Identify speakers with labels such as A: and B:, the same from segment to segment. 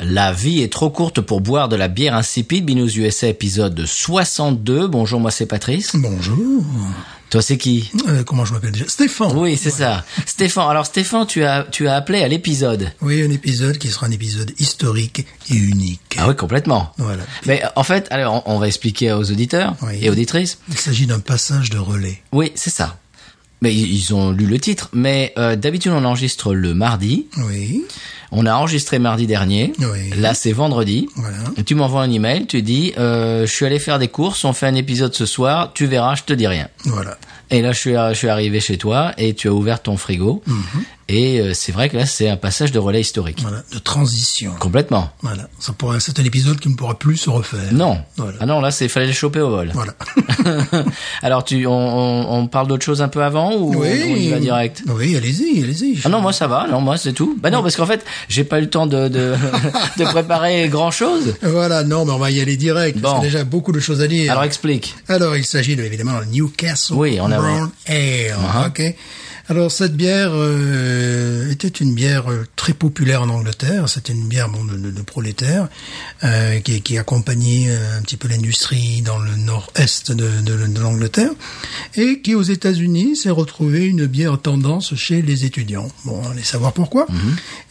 A: La vie est trop courte pour boire de la bière insipide. Binous USA épisode 62. Bonjour, moi c'est Patrice.
B: Bonjour.
A: Toi c'est qui
B: Euh, comment je m'appelle déjà Stéphane.
A: Oui, c'est ça. Stéphane. Alors Stéphane, tu as, tu as appelé à l'épisode.
B: Oui, un épisode qui sera un épisode historique et unique.
A: Ah oui, complètement.
B: Voilà.
A: Mais euh, en fait, alors on on va expliquer aux auditeurs
B: Oui.
A: et auditrices.
B: Il s'agit d'un passage de relais.
A: Oui, c'est ça. Mais i- ils ont lu le titre. Mais euh, d'habitude, on enregistre le mardi.
B: Oui.
A: On a enregistré mardi dernier.
B: Oui.
A: Là, c'est vendredi.
B: Voilà.
A: Tu m'envoies un email. Tu dis, euh, je suis allé faire des courses. On fait un épisode ce soir. Tu verras, je te dis rien.
B: Voilà.
A: Et là, je suis, je suis arrivé chez toi et tu as ouvert ton frigo.
B: Mm-hmm.
A: Et euh, c'est vrai que là, c'est un passage de relais historique.
B: Voilà. De transition.
A: Complètement.
B: Voilà. Ça pourrait, c'est un épisode qui ne pourra plus se refaire.
A: Non.
B: Voilà.
A: Ah non, là, c'est fallait le choper au vol.
B: Voilà.
A: Alors, tu, on, on, on parle d'autre chose un peu avant ou on, on y va direct
B: Oui, allez-y, allez-y.
A: ah non moi ça va non moi c'est tout bah non parce qu'en fait j'ai pas eu le temps de de, de préparer grand chose
B: Voilà, non, mais on va y aller direct.
A: Bon.
B: Parce qu'il y a déjà beaucoup de choses à dire.
A: alors explique
B: Alors, il s'agit de, évidemment d'un Newcastle
A: Oui, on avait-
B: Brown Ale. Eh, ok. Alors, cette bière euh, était une bière euh, très populaire en Angleterre. C'était une bière bon, de, de- de prolétaires euh, qui, qui accompagnait euh, un petit peu l'industrie dans le nord-est de, de- de l'Angleterre et qui, aux États-Unis, s'est retrouvée une bière tendance chez les étudiants. Bon, allez savoir pourquoi.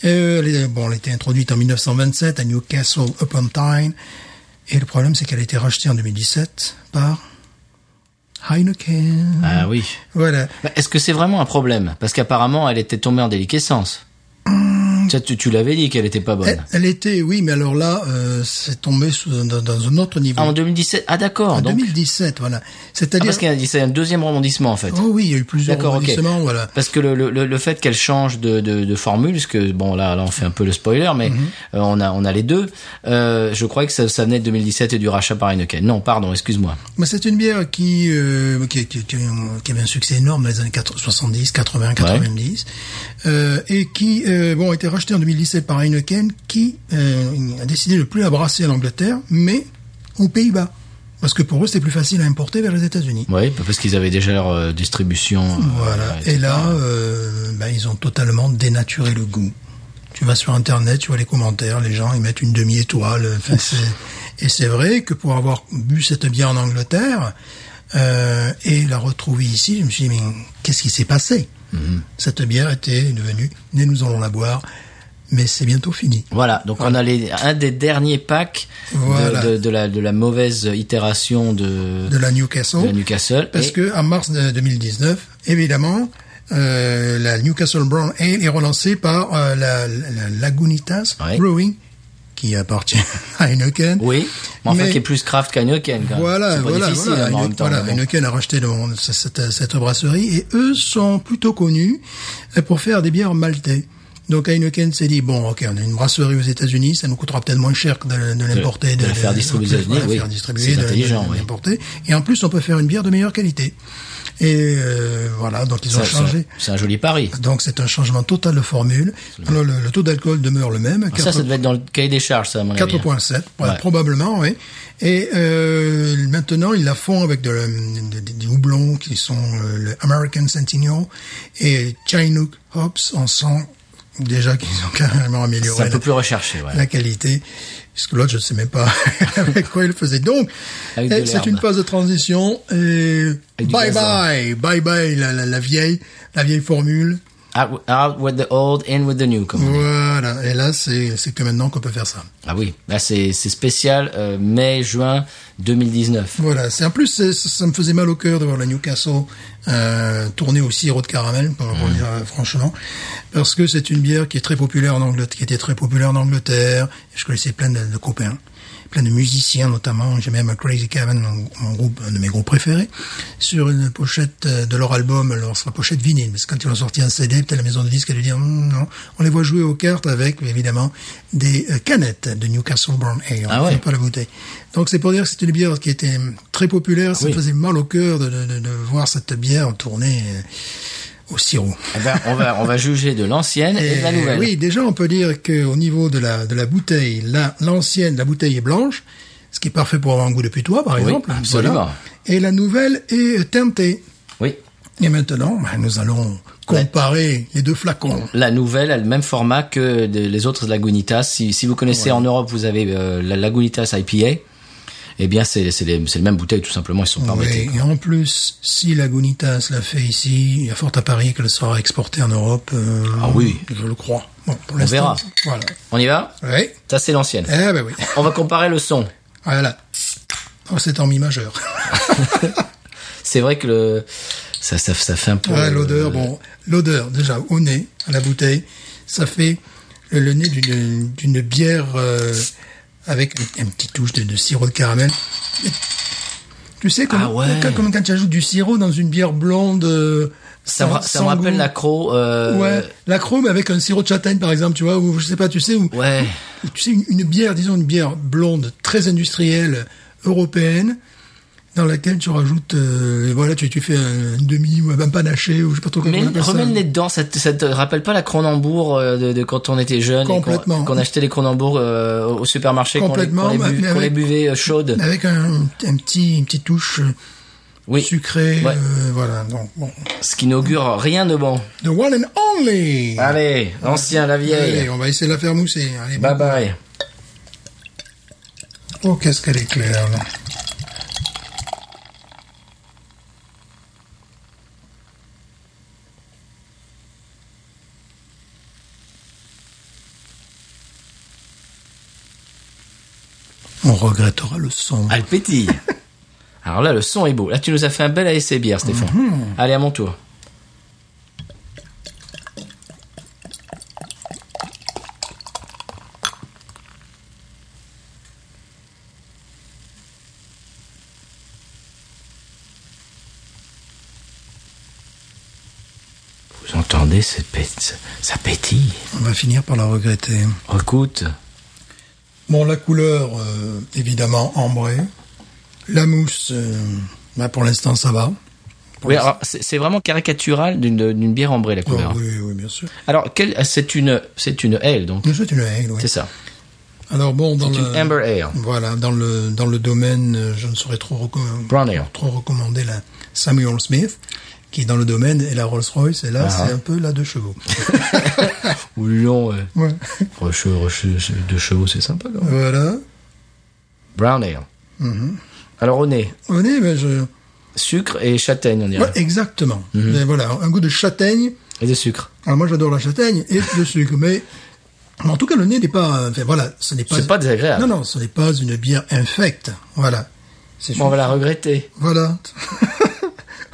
B: Euh, elle est- bon, elle a été introduite en 1927 à Newcastle upon Tyne. Et le problème, c'est qu'elle a été rachetée en 2017 par Heineken.
A: ah oui
B: Voilà.
A: Bah, est-ce que c'est vraiment un problème parce qu'apparemment elle était tombée en déliquescence Ça, tu, tu l'avais dit qu'elle était pas
B: Elle,
A: bonne
B: elle était, oui, mais alors là, euh, c'est tombé sous un- dans, dans un autre niveau.
A: ah, en 2017 ah d'accord
B: En
A: donc
B: 2017, voilà.
A: Ah,
B: C'est-à-dire.
A: parce qu'il y a c'est un deuxième rebondissement en fait
B: oh oui, il y a eu plusieurs
A: D'accord, ok.
B: rebondissements, voilà.
A: Parce que le, le, le le fait qu'elle change de, de, de formule, parce que bon là, là on fait un peu le spoiler, mais euh, on a on a les deux. Euh, je croyais que ça, ça venait de 2017 et du rachat par Heineken. Non, pardon, excuse-moi.
B: Mais c'est une bière qui, euh, qui, qui, qui- qui avait un succès énorme dans les années 80, 70, 80, 90, euh, et qui euh, bon a été rachetée en 2017 par Heineken, qui euh, a décidé de ne plus la brasser en Angleterre, mais aux Pays-Bas, parce que pour eux c'était plus facile à importer vers les États-Unis.
A: Oui, parce qu'ils avaient déjà leur euh, distribution. euh,
B: Voilà.
A: etc.
B: Et là, euh, ben, ils ont totalement dénaturé le goût. Tu vas sur Internet, tu vois les commentaires, les gens, ils mettent une demi-étoile. Enfin, c'est- et c'est vrai que pour avoir bu cette bière en Angleterre euh, et la retrouver ici, je me suis dit, mais qu'est-ce qui s'est passé
A: Mhm.
B: Cette bière était devenue, mais nous allons la boire, mais c'est bientôt fini.
A: Voilà, donc on a les, un des derniers packs de-
B: Voilà.
A: de, de, la, de la mauvaise itération de,
B: De la Newcastle.
A: de la Newcastle.
B: Parce
A: Et-
B: que en mars de- 2019, évidemment, euh, la Newcastle Brown Ale est relancée par euh, la, la Lagunitas
A: Ouais.
B: Brewing, qui appartient à Heineken.
A: Oui, mais enfin
B: Mais-
A: qui est plus craft qu'Heineken quand même.
B: Voilà,
A: Ah, C'est pas
B: voilà,
A: difficile hein,
B: voilà.
A: en même
B: Heineken,
A: temps.
B: voilà,
A: mais bon.
B: Heineken a racheté le- ce- cette, cette brasserie et eux sont plutôt connus euh, pour faire des bières maltais. Donc Heineken s'est dit bon, ok, on a une brasserie aux États-Unis, ça nous coûtera peut-être moins cher que de, de l'importer,
A: de la faire distribuer aux États-Unis,
B: voilà,
A: oui.
B: faire distribuer,
A: C'est
B: de- de-
A: intelligent,
B: de
A: oui.
B: l'importer. Et en plus, on peut faire une bière de meilleure qualité. Et euh, voilà, donc ils ont
A: Ça, ça-
B: changé.
A: C'est un joli pari.
B: Donc c'est un changement total de formule. Alors, le, le taux d'alcool demeure le même,
A: Ah, Ça, ça
B: 4,
A: devait être dans le cahier des charges, ça, à mon avis. hein.
B: 4.7
A: Ouais.
B: probablement, oui. Et euh, maintenant ils la font avec de, la- de- de- des houblons qui sont euh, le American Centennial et Chinook hops. On sent déjà qu'ils ont carrément
A: C'est
B: amélioré
A: un
B: la,
A: peu plus recherché, ouais.
B: la qualité. Parce que l'autre, je ne sais même pas avec quoi il faisait. Donc,
A: Avec de
B: eh, c'est
A: l'herbe.
B: une phase de transition. Et
A: Avec du
B: bye
A: gazon.
B: bye, bye bye la, la- la vieille, la vieille formule.
A: Out, out with the old, in with the new, comme on dit.
B: Voilà. Et là, c'est c'est que maintenant qu'on peut faire ça.
A: Ah oui, là c'est c'est spécial, euh, mai, juin 2019.
B: Voilà, c'est en plus c'est- ça, ça me faisait mal au cœur de voir la Newcastle euh, tourner au sirop de caramel, pour,
A: Mm.
B: pour dire euh, franchement, parce que c'est une bière qui est très populaire en Angleterre, qui était très populaire en Angleterre. Je connaissais plein de, de copains plein de musiciens notamment. J'ai même Crazy Cavan, mon, groupe, un de mes groupes préférés, sur une pochette euh, de leur album, leur sera pochette vinyle. Parce que quand ils ont sorti un CD, peut-être la maison de disque allait dire Hum, non. On les voit jouer aux cartes avec évidemment des euh, canettes de Newcastle Brown Ale,
A: Ah ouais.
B: pas la bouteille. Donc c'est pour dire que c'est une bière qui était très populaire. ça
A: oui.
B: faisait mal au cœur de, de- de- de voir cette bière tourner euh, au sirop.
A: Eh ben, on, va, on va juger de l'ancienne et, de la
B: Et
A: nouvelle.
B: Oui, déjà, on peut dire qu'au niveau de la, de la bouteille, la- l'ancienne, la bouteille est blanche, ce qui est parfait pour avoir un goût de putois, par
A: Oui,
B: exemple.
A: absolument.
B: Et la nouvelle est teintée.
A: Oui.
B: Et maintenant, ben, nous allons comparer les deux flacons.
A: La nouvelle a le même format que de- les autres Lagunitas. Si, si vous connaissez en Europe, vous avez euh, la Lagunitas IPA. Eh bien, c'est c'est les- c'est les mêmes bouteilles, tout simplement. Ils sont pas embêtés.
B: Oui, et en plus, si la Gunitas l'a fait ici, il y a fort à parier qu'elle sera exportée en Europe. euh,
A: Ah oui.
B: Je le crois. Bon, pour
A: On verra.
B: l'instant, Voilà.
A: On y va
B: Oui.
A: Ça, c'est l'ancienne.
B: Eh ben oui.
A: On va comparer le son.
B: Voilà. Oh, c'est en mi majeur.
A: C'est vrai que le... ça, ça, ça fait un peu...
B: Ouais, l'odeur,
A: euh,
B: bon, l'odeur déjà au nez, à la bouteille, ça fait le, le nez d'une d'une bière euh, avec une, une petite touche de, de sirop de caramel. Et tu sais, comme,
A: Ah ouais.
B: quand, comme quand tu ajoutes du sirop dans une bière blonde, euh,
A: Ça, me ra-
B: sans-
A: ça me
B: sans
A: rappelle
B: goût.
A: l'accro. euh,
B: Ouais, la chrome avec un sirop de châtaigne par exemple, tu vois, ou je sais pas, tu sais, ou
A: Ouais.
B: ou tu sais, une, une bière, disons une bière blonde très industrielle européenne, dans laquelle tu rajoutes, euh, voilà, tu, tu fais un, une demi ou un panaché ou je sais pas trop comment
A: Mais
B: on appelle ça.
A: remène-les dedans, ça te, ça te rappelle pas la Cronenbourg euh, de, de quand on était jeune et qu'on-
B: Complètement.
A: Qu'on achetait les Cronenbourg euh, au supermarché, qu'on les,
B: Complètement,
A: qu'on les bu-
B: mais
A: qu'on les
B: avec-
A: buvait euh, chaudes.
B: Avec un, un petit, une petite touche euh,
A: Oui,
B: sucrée,
A: Ouais.
B: euh, voilà. Donc, bon.
A: ce qui n'augure rien de bon.
B: The one and only.
A: Allez, l'ancien, la
B: Allez,
A: vieille.
B: on va essayer de la faire mousser. Allez,
A: Bye bye.
B: Oh, qu'est-ce qu'elle est claire. là. On regrettera le son.
A: Ah, le pétille. Alors là, le son est beau. Là, tu nous as fait un bel ASC bière, Stéphane. Allez, à mon tour. Vous entendez cette pét- ça- ça pétille
B: On va finir par la regretter.
A: Écoute,
B: Bon, la couleur, euh, évidemment, ambrée. La mousse, euh, bah, pour l'instant, ça va.
A: oui, alors, c'est c'est vraiment caricatural d'une d'une bière ambrée la
B: Oh,
A: couleur.
B: oui, oui, bien sûr.
A: Alors, quelle- c'est une, c'est une L, donc.
B: Nous, c'est une aigle, oui.
A: C'est ça.
B: Alors bon, dans
A: C'est une
B: le,
A: Amber Ale.
B: Voilà, dans le dans le domaine, euh, je ne saurais trop recomm-
A: Brown Ale.
B: trop recommander la Samuel Smith, qui dans le domaine est la Rolls Royce, et là
A: Ah.
B: c'est un peu la deux chevaux.
A: Ou Lyon, euh,
B: Ouais.
A: Rocheux, Rocheux, deux chevaux, c'est sympa quand même.
B: voilà.
A: Brown Ale.
B: Mm-hmm.
A: Alors, au nez,
B: On est, ben, je,
A: sucre et châtaigne, on dirait.
B: ouais, exactement.
A: Mhm.
B: Ben, voilà, un goût de châtaigne.
A: Et de sucre.
B: Alors moi j'adore la châtaigne et le sucre, mais mais en tout cas le nez n'est pas, enfin voilà, ce n'est pas.
A: C'est pas désagréable.
B: Non non, ce n'est pas une bière infecte. Voilà. C'est
A: Bon, on va la regretter.
B: Voilà.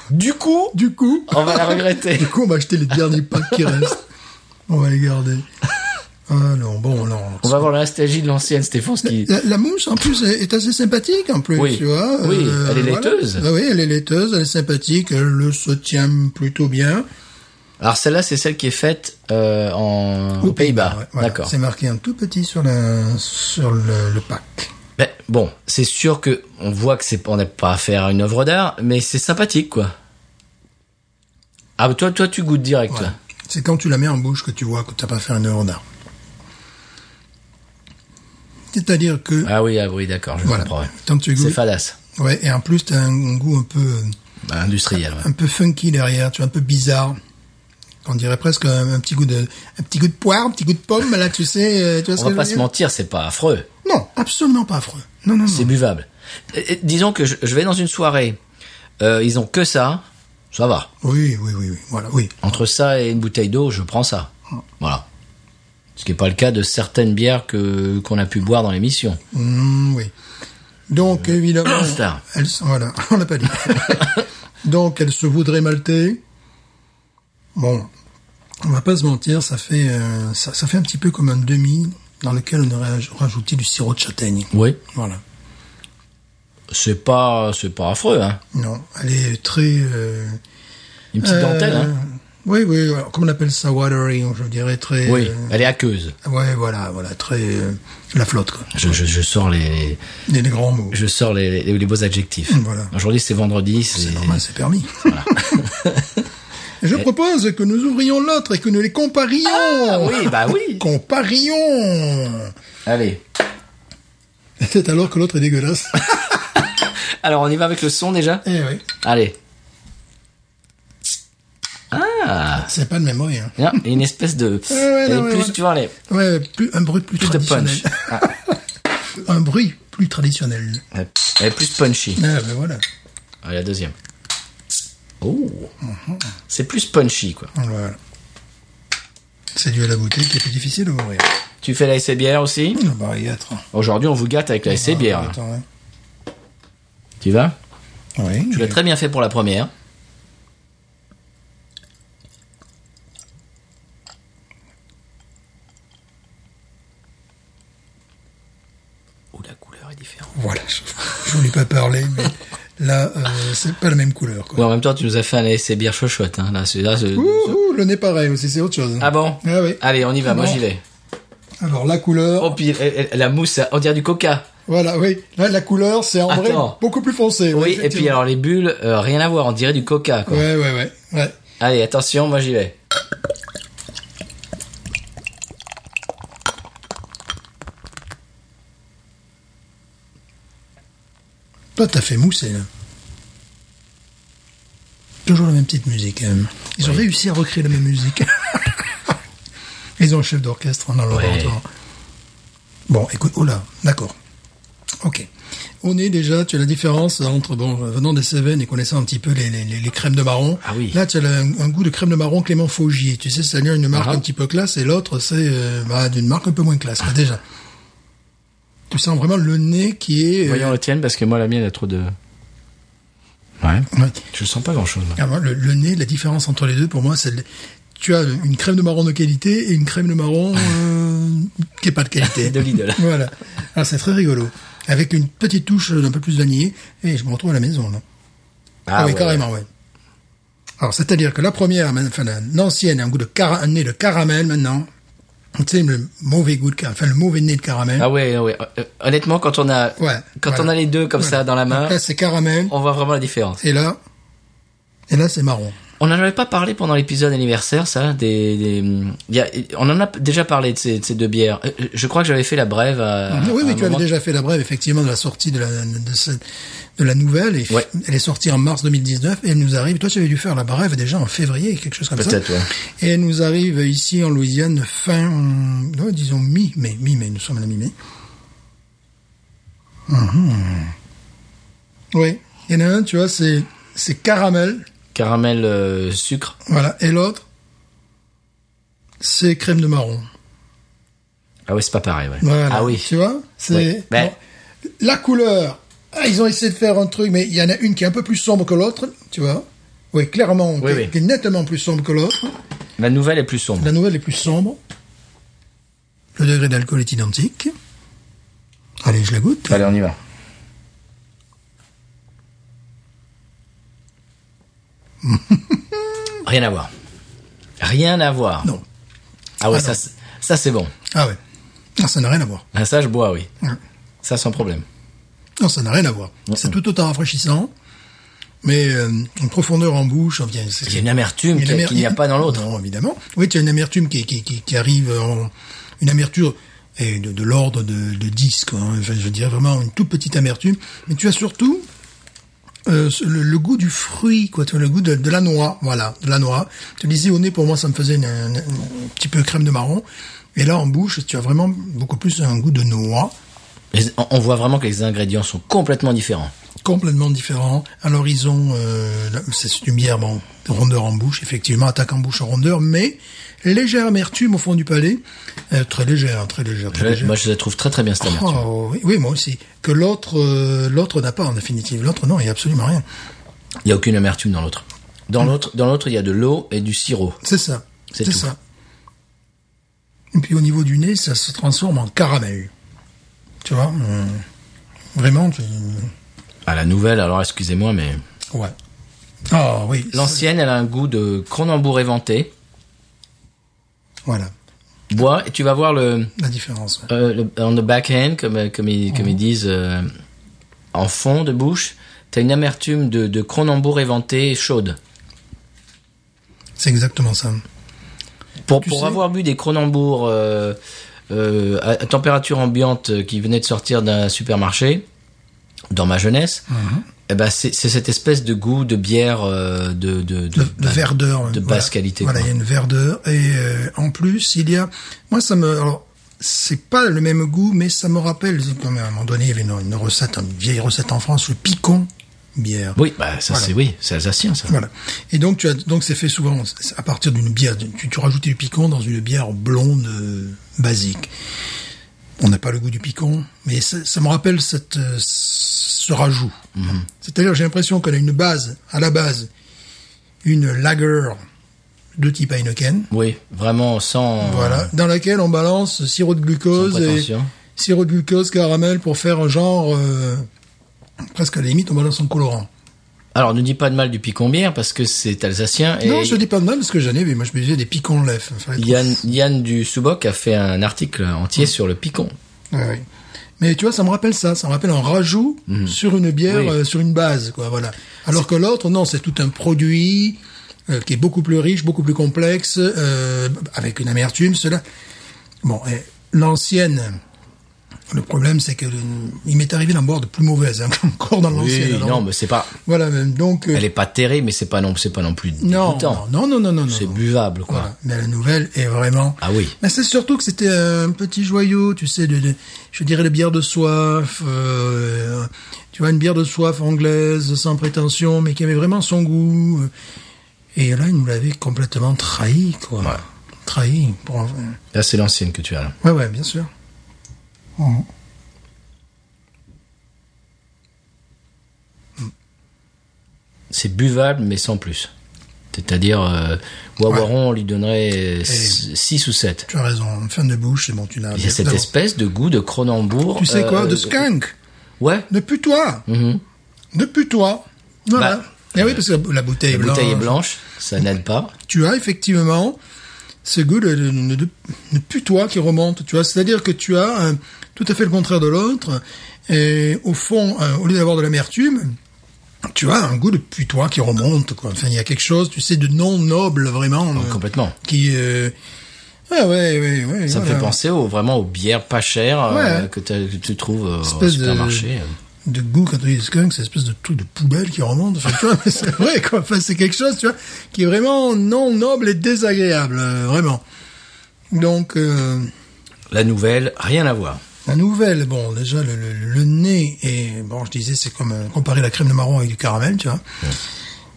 A: Du coup,
B: Du coup.
A: on va la regretter.
B: Du coup, on va acheter les derniers packs qui restent. On va les garder. Ah non, bon, non.
A: on va voir la nostalgie de l'ancienne Stéphane, ce qui.
B: La, la mousse, en plus, est, est assez sympathique, en plus,
A: Oui.
B: tu vois.
A: Oui, elle est laiteuse.
B: Ah oui, elle est laiteuse, elle est sympathique, elle le se tient plutôt bien.
A: Alors, celle-là, c'est celle qui est faite euh, en...
B: Au
A: aux Pays-Bas.
B: ouais, voilà.
A: D'accord.
B: C'est marqué en tout petit sur, la, sur le, le pack.
A: Ben, bon, c'est sûr que on voit que c'est on n'a pas affaire à une œuvre d'art, mais c'est sympathique quoi. Ah ben, toi toi tu goûtes direct.
B: Ouais.
A: toi.
B: C'est quand tu la mets en bouche que tu vois que t'as pas fait un œuvre d'art. C'est-à-dire que,
A: Ah oui ah oui d'accord je
B: voilà,
A: comprends. ouais.
B: quand tu
A: C'est
B: goûtes,
A: fadasse
B: ouais, et en plus, t'as un goût un peu... euh,
A: Ben, industriel. ouais.
B: un peu funky derrière, tu vois, un peu bizarre. On dirait presque un, un petit goût de, un petit goût de poire, un petit goût de pomme, là, tu sais, euh, tu vois ce
A: On
B: que
A: va pas
B: je
A: se
B: veux dire
A: mentir c'est pas affreux
B: Non, absolument pas affreux. Non, non,
A: c'est
B: non.
A: buvable. Et- et disons que je, je vais dans une soirée euh, ils ont que ça ça va
B: Oui, oui, oui, oui, voilà, oui.
A: entre ça et une bouteille d'eau je prends ça voilà ce qui n'est pas le cas de certaines bières que qu'on a pu boire dans l'émission.
B: Mmh, oui. Donc, évidemment.
A: Euh, Star.
B: elle se- voilà, on l'a pas dit. Donc, elle se voudrait malter. Bon. On va pas se mentir, ça fait, euh, ça, ça fait un petit peu comme un demi dans lequel on aurait rajouté du sirop de châtaigne.
A: Oui.
B: Voilà.
A: C'est pas, c'est pas affreux, hein.
B: Non, elle est très... euh,
A: Une petite
B: euh,
A: dentelle, hein.
B: Oui, oui, alors, comment on appelle ça, watery, je dirais très...
A: Oui,
B: euh,
A: elle est aqueuse.
B: ouais, voilà, voilà, très... euh, la flotte, quoi.
A: Je, je, je sors les,
B: Des, des grands mots.
A: je sors les, les, les beaux adjectifs.
B: Voilà.
A: Aujourd'hui, c'est vendredi. C'est
B: C'est normal, c'est permis. je propose que nous ouvrions l'autre et que nous les comparions.
A: Ah oui, bah oui.
B: Comparions
A: Allez.
B: C'est alors que l'autre est dégueulasse.
A: Alors, on y va avec le son déjà.
B: eh oui,
A: Allez. Ah.
B: c'est pas de même oreille, hein.
A: Bien, et une espèce de.
B: ouais,
A: Elle est
B: non, ouais,
A: plus,
B: ouais.
A: tu vois, elle est
B: Ouais, plus, un bruit plus,
A: plus de
B: traditionnel.
A: punch. Ah,
B: Un bruit plus traditionnel.
A: elle est plus punchy.
B: Ah ben voilà.
A: Allez, la deuxième. Oh.
B: Mhm.
A: C'est plus punchy, quoi.
B: Voilà. C'est dû à la bouteille qui est plus difficile à ouvrir.
A: Tu fais la essai bière aussi
B: Ah bah, il y a trois.
A: Aujourd'hui, on vous gâte avec la essai bière.
B: Ah, attends, hein.
A: Tu vas
B: Oui.
A: Tu l'as très bien fait pour la première. Oh, la couleur est différente.
B: Voilà, je je voulais pas parler, mais là, euh, c'est pas la même couleur. Quoi.
A: Ouais, en même temps, tu nous as fait un essai bière chochotte. Hein. Là, c'est- là, c'est-
B: Ouh, ouh, le nez pareil aussi, c'est autre chose.
A: Ah bon
B: Ah oui.
A: Allez, on y va, moi
B: Bon.
A: j'y vais.
B: Alors la couleur,
A: Oh, puis elle- elle- la mousse, on dirait du coca.
B: voilà, oui. Là, la couleur, c'est en vrai
A: Attends.
B: beaucoup plus foncé. ouais,
A: Oui, et puis
B: effectivement.
A: alors les bulles, euh, rien à voir, on dirait du coca. Quoi.
B: Ouais, ouais, ouais. ouais.
A: Allez, attention, moi j'y vais.
B: Toi, t'as fait mousser, là. Toujours la même petite musique, quand même. Ils ont réussi à recréer la même musique. Ils ont le chef d'orchestre dans le
A: Ouais.
B: laboratoire. Bon, écoute, oh là, d'accord. Ok. On est déjà, tu as la différence entre, bon, venant des Cévennes et connaissant un petit peu les, les, les- les crèmes de marron.
A: Ah oui.
B: Là, tu as le- un, goût de crème de marron Clément Faugier. Tu sais, c'est-à-dire une marque
A: Ah.
B: un petit peu classe et l'autre, c'est euh, bah, d'une marque un peu moins classe, quoi, déjà. Tu sens vraiment le nez qui est... euh,
A: Voyons la tienne parce que moi la mienne elle a trop de. Ouais.
B: ouais.
A: Je sens pas grand chose.
B: Ah, moi, le, le nez, la différence entre les deux, pour moi, c'est le- tu as une crème de marron de qualité et une crème de marron euh, qui est pas de qualité.
A: De Lidl.
B: Voilà. Alors c'est très rigolo. Avec une petite touche d'un peu plus de vanillé, et je me retrouve à la maison. Là. Ah, oui, carrément, ouais. Alors, c'est-à-dire que la première, enfin, la- l'ancienne, a un goût de cara- un nez de caramel maintenant. Tu sais, le mauvais goût de caramel, enfin, le mauvais nez de caramel.
A: Ah ouais, ouais. Euh, Honnêtement, quand on a,
B: Ouais,
A: quand
B: voilà.
A: on a les deux comme ça dans la main, Oh.
B: Donc là, c'est caramel,
A: on voit vraiment la différence.
B: et là, et là, c'est marron.
A: On n'en avait pas parlé pendant l'épisode anniversaire, ça. Des, des- il y a- on en a déjà parlé de ces, de ces deux bières. Euh, Je crois que j'avais fait la brève. À,
B: oui,
A: Ah, à
B: oui,
A: un
B: tu avais
A: moment.
B: déjà fait la brève, effectivement, de la sortie de la, de cette- de la nouvelle. Et
A: Ouais.
B: Elle est sortie en mars 2019 et elle nous arrive. Toi, tu avais dû faire la brève déjà en février, quelque chose comme ça.
A: Peut-être, ouais.
B: Et elle nous arrive ici en Louisiane fin, non, disons mi-mai, mi-mai, nous sommes à la mi-mai. Mhm. Oui. Il y en a un, tu vois, c'est, c'est caramel.
A: Caramel euh, sucre.
B: Voilà. Et l'autre, c'est crème de marron.
A: Ah ouais, c'est pas pareil. Ouais.
B: Voilà.
A: Ah oui.
B: Tu vois, c'est
A: Oui. Ben.
B: bon. la couleur. ah, ils ont essayé de faire un truc, mais il y en a une qui est un peu plus sombre que l'autre, tu vois. Oui, clairement, qui,
A: oui.
B: qui est nettement plus sombre que l'autre.
A: La nouvelle est plus sombre.
B: La nouvelle est plus sombre. Le degré d'alcool est identique. Allez, je la goûte.
A: Allez, on y va. Rien à voir. Rien à voir.
B: Non.
A: Ah ouais,
B: Ah
A: ça,
B: non.
A: c'est- ça c'est bon.
B: Ah ouais. Non, ça n'a rien à voir.
A: Ah, ça je bois, oui.
B: Ouais.
A: Ça sans problème.
B: Non, ça n'a rien à voir. C'est tout autant rafraîchissant, mais euh, une profondeur en bouche. Enfin, c'est-
A: Il y a une amertume
B: Il y a
A: qu'il
B: une
A: qu'il n'y a
B: amer-
A: pas dans l'autre.
B: Non, évidemment. Oui, tu as une amertume qui, qui, qui, qui arrive en... Une amertume et de, de l'ordre de, de 10, quoi. hein. Enfin, je veux dire, vraiment une toute petite amertume. Mais tu as surtout euh, ce- le, le goût du fruit, quoi. Tu as le goût de, de la noix, voilà, de la noix. Tu disais au nez, pour moi, ça me faisait une- une- un petit peu crème de marron. Et là, en bouche, tu as vraiment beaucoup plus un goût de noix,
A: Les- on- on voit vraiment que les ingrédients sont complètement différents.
B: complètement différent. À l'horizon, euh, là, c'est une bière, bon, rondeur en bouche, effectivement, attaque en bouche en rondeur, mais légère amertume au fond du palais. Euh, très légère, très légère,
A: Je-
B: très légère.
A: moi je la trouve très très bien cette amertume.
B: Oh, oui, oui, moi aussi. Que l'autre, euh, l'autre n'a pas en définitive. L'autre, non, il n'y a absolument rien.
A: Il n'y a aucune amertume dans l'autre.
B: Mm.
A: Dans l'autre, dans l'autre, il y a de l'eau et du sirop.
B: C'est ça.
A: C'est
B: C'est
A: tout.
B: ça. Et puis au niveau du nez, ça se transforme en caramel. Tu vois euh, Vraiment, tu-
A: Ah, la nouvelle, alors excusez-moi, mais.
B: ouais. Ah oui.
A: L'ancienne, elle a un goût de cronenbourg éventé.
B: Voilà,
A: Bois, et tu vas voir le.
B: la différence. ouais.
A: euh, le- on the back end, comme, euh, comme, ils,
B: Mm.
A: comme ils disent, euh, en fond de bouche, t'as une amertume de, de Cronenbourg éventée chaude.
B: C'est exactement ça.
A: Pour,
B: Tu
A: pour
B: sais-
A: avoir bu des Cronenbourg euh, euh, à, à température ambiante euh, qui venaient de sortir d'un supermarché, dans ma jeunesse,
B: Mhm.
A: eh ben c'est c'est cette espèce de goût de bière euh, de, de, de,
B: de, de
A: bah,
B: verdeur.
A: de
B: voilà.
A: basse qualité,
B: Voilà, il
A: quoi.
B: y a une verdeur. Et euh, en plus, il y a... Moi, ça me... Alors, c'est pas le même goût, mais ça me rappelle... Comme à un moment donné, il y avait une, une recette, une vieille recette en France, le picon bière.
A: Oui, bah, ça
B: Voilà.
A: c'est oui, c'est alsacien ça.
B: Voilà. Et donc, tu as, donc c'est fait souvent à partir d'une bière. Tu, tu rajoutes du piquant dans une bière blonde euh, basique. On n'a pas le goût du piquant, mais ça, ça me rappelle cette, euh, ce rajout. C'est-à-dire, j'ai l'impression qu'on a une base, à la base, une lager de type Heineken,
A: Oui, vraiment sans.
B: voilà, dans laquelle on balance sirop de glucose
A: Sans
B: et
A: prétention.
B: sirop de glucose caramel pour faire un genre euh, presque à la limite, on balance en colorant.
A: Alors ne dis pas de mal du picon bière parce que c'est alsacien et
B: Non, je dis pas de mal parce que j'en ai, mais moi je me disais des piquants de lèvres. Fallait être
A: Yann, Yann du Souboc a fait un article entier sur le picon.
B: Ouais, ouais. Mais tu vois, ça me rappelle ça, ça me rappelle un rajout sur une bière,
A: Mm. Oui.
B: euh, sur une base, quoi, voilà. Alors que l'autre, non, c'est tout un produit euh, qui est beaucoup plus riche, beaucoup plus complexe, euh, avec une amertume, cela. Bon, et l'ancienne, le problème, c'est que le- il m'est arrivé d'en boire de plus mauvaise, hein, encore dans l'ancienne. alors.
A: non, mais c'est pas.
B: Voilà, mais donc. euh,
A: Elle est pas terrible, mais c'est pas non, c'est pas non plus
B: non,
A: dégoûtant.
B: non, non, non, non, non, non.
A: C'est buvable, quoi.
B: Voilà. Mais la nouvelle est vraiment.
A: Ah oui.
B: Mais c'est surtout que c'était euh, un petit joyau, tu sais, de, de- je dirais de bière de soif, euh, tu vois, une bière de soif anglaise, sans prétention, mais qui avait vraiment son goût. euh. Et là, il nous l'avait complètement trahi, quoi.
A: Ouais.
B: Trahi. Pour... un-
A: Là, c'est l'ancienne que tu as. Là.
B: Ouais, ouais, bien sûr. Mhm.
A: C'est buvable, mais sans plus. C'est-à-dire, euh, Wawaron, on lui donnerait 6 ou 7.
B: Tu as raison, en fin de bouche, c'est bon, tu l'as.
A: Il y a cette
B: d'abord.
A: espèce de goût de Cronenbourg.
B: Tu sais quoi,
A: euh,
B: de skunk,
A: Ouais.
B: de putois,
A: Mhm.
B: de putois. Voilà.
A: Bah,
B: Eh oui, parce que la bouteille
A: La
B: est blanche.
A: bouteille est blanche, ça n'aide pas.
B: tu as effectivement ce goût de, de, de- de- de putois qui remonte, tu vois. C'est-à-dire que tu as euh, tout à fait le contraire de l'autre. Et au fond, euh, au lieu d'avoir de l'amertume, tu as un goût de putois qui remonte, quoi. Enfin, il y a quelque chose, tu sais, de non noble, vraiment. euh,
A: Ah, Complètement.
B: qui... euh, Ouais, ouais, ouais, ouais.
A: Ça me fait
B: voilà.
A: penser au, vraiment aux bières pas chères euh,
B: Ouais.
A: que, t'as- que tu trouves euh, au
B: Espèce de-
A: supermarché. euh.
B: de goût quand on dit skunk, c'est une espèce de truc de poubelle qui remonte. Enfin, tu vois, mais c'est vrai, quoi. Enfin, c'est quelque chose, tu vois, qui est vraiment non noble et désagréable, euh, vraiment. Donc, euh,
A: La nouvelle, rien à voir.
B: la nouvelle, bon, déjà, le, le- le nez est, bon, je disais, c'est comme euh, comparer la crème de marron avec du caramel, tu vois.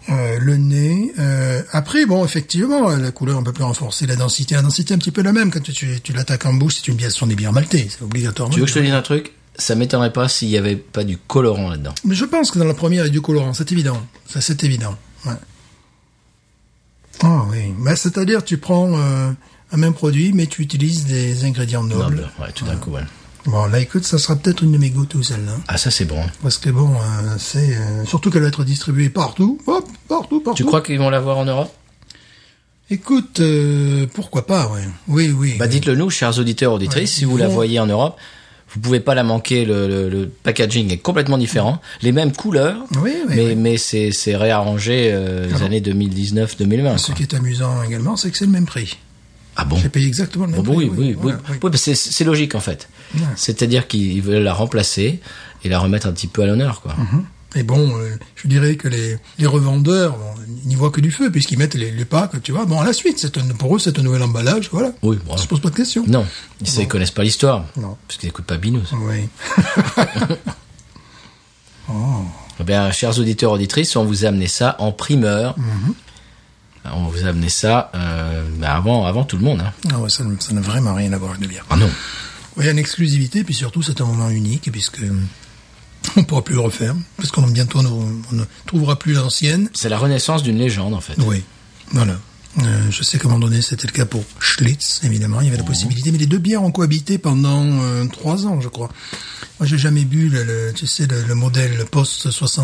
B: Euh, le nez. euh, après, bon, effectivement, euh, la couleur un peu plus renforcée, la densité, la densité un petit peu la même quand tu, tu, tu l'attaques en bouche. C'est une bière, ce sont des bières maltais, c'est obligatoirement.
A: Tu veux que je te dise un truc Ça m'étonnerait pas s'il y avait pas du colorant là-dedans.
B: Mais je pense que dans la première, il y a du colorant, c'est évident. Ça, c'est évident. Ouais. Ah oui. Bah, c'est-à-dire, tu prends euh, un même produit, mais tu utilises des ingrédients nobles.
A: Noble. Ouais, tout d'un coup, ouais.
B: Bon, là, écoute, ça sera peut-être une de mes goûts ou celle-là.
A: Ah, ça c'est bon.
B: Parce que bon, euh, c'est euh, surtout qu'elle va être distribuée partout, hop, partout, partout.
A: Tu crois qu'ils vont l'avoir en Europe
B: Écoute, euh, pourquoi pas, ouais. Oui, oui.
A: Bah, dites-le nous, chers auditeurs, auditrices,
B: Ouais,
A: si vous
B: ils
A: la
B: vont-
A: voyez en Europe. Vous pouvez pas la manquer, le, le- le packaging est complètement différent. Les mêmes couleurs,
B: Oui, oui,
A: mais,
B: oui. Ah
A: mais c'est, c'est réarrangé euh, les
B: bon
A: années 2019-2020.
B: Ce qui est amusant également, c'est que c'est le même prix.
A: Ah bon
B: J'ai payé exactement le même
A: Bon,
B: prix.
A: oui, oui, oui.
B: voilà,
A: Oui, mais c'est- c'est logique en fait.
B: Ouais.
A: C'est-à-dire qu'ils veulent la remplacer et la remettre un petit peu à l'honneur,
B: Mhm.
A: quoi.
B: Et bon, euh, je dirais que les, les revendeurs bon, n'y voient que du feu, puisqu'ils mettent les, les packs, tu vois. Bon, à la suite, c'est un, pour eux, c'est un nouvel emballage, voilà.
A: Oui, bon.
B: Ils se posent pas de questions.
A: Non, ils ne connaissent pas l'histoire.
B: Non.
A: Parce qu'ils n'écoutent pas Binous.
B: Oui.
A: Eh bien, chers auditeurs, auditrices, on vous a amené ça en primeur.
B: Mhm.
A: On vous a amené ça euh, ben avant, avant tout le monde. hein.
B: Ah ouais, ça n'a ça n'a vraiment rien à voir avec de bière.
A: Ah non.
B: Oui, en exclusivité, puis surtout, c'est un moment unique, puisque euh, on pourra plus le refaire, parce qu'on bientôt, on, on ne trouvera plus l'ancienne.
A: C'est la renaissance d'une légende, en fait.
B: Oui, voilà. Euh, je sais qu'à un moment donné, c'était le cas pour Schlitz, évidemment, il y avait la possibilité. Mais les deux bières ont cohabité pendant euh, trois ans, je crois. Moi, j'ai jamais bu le, le- tu sais, le, le modèle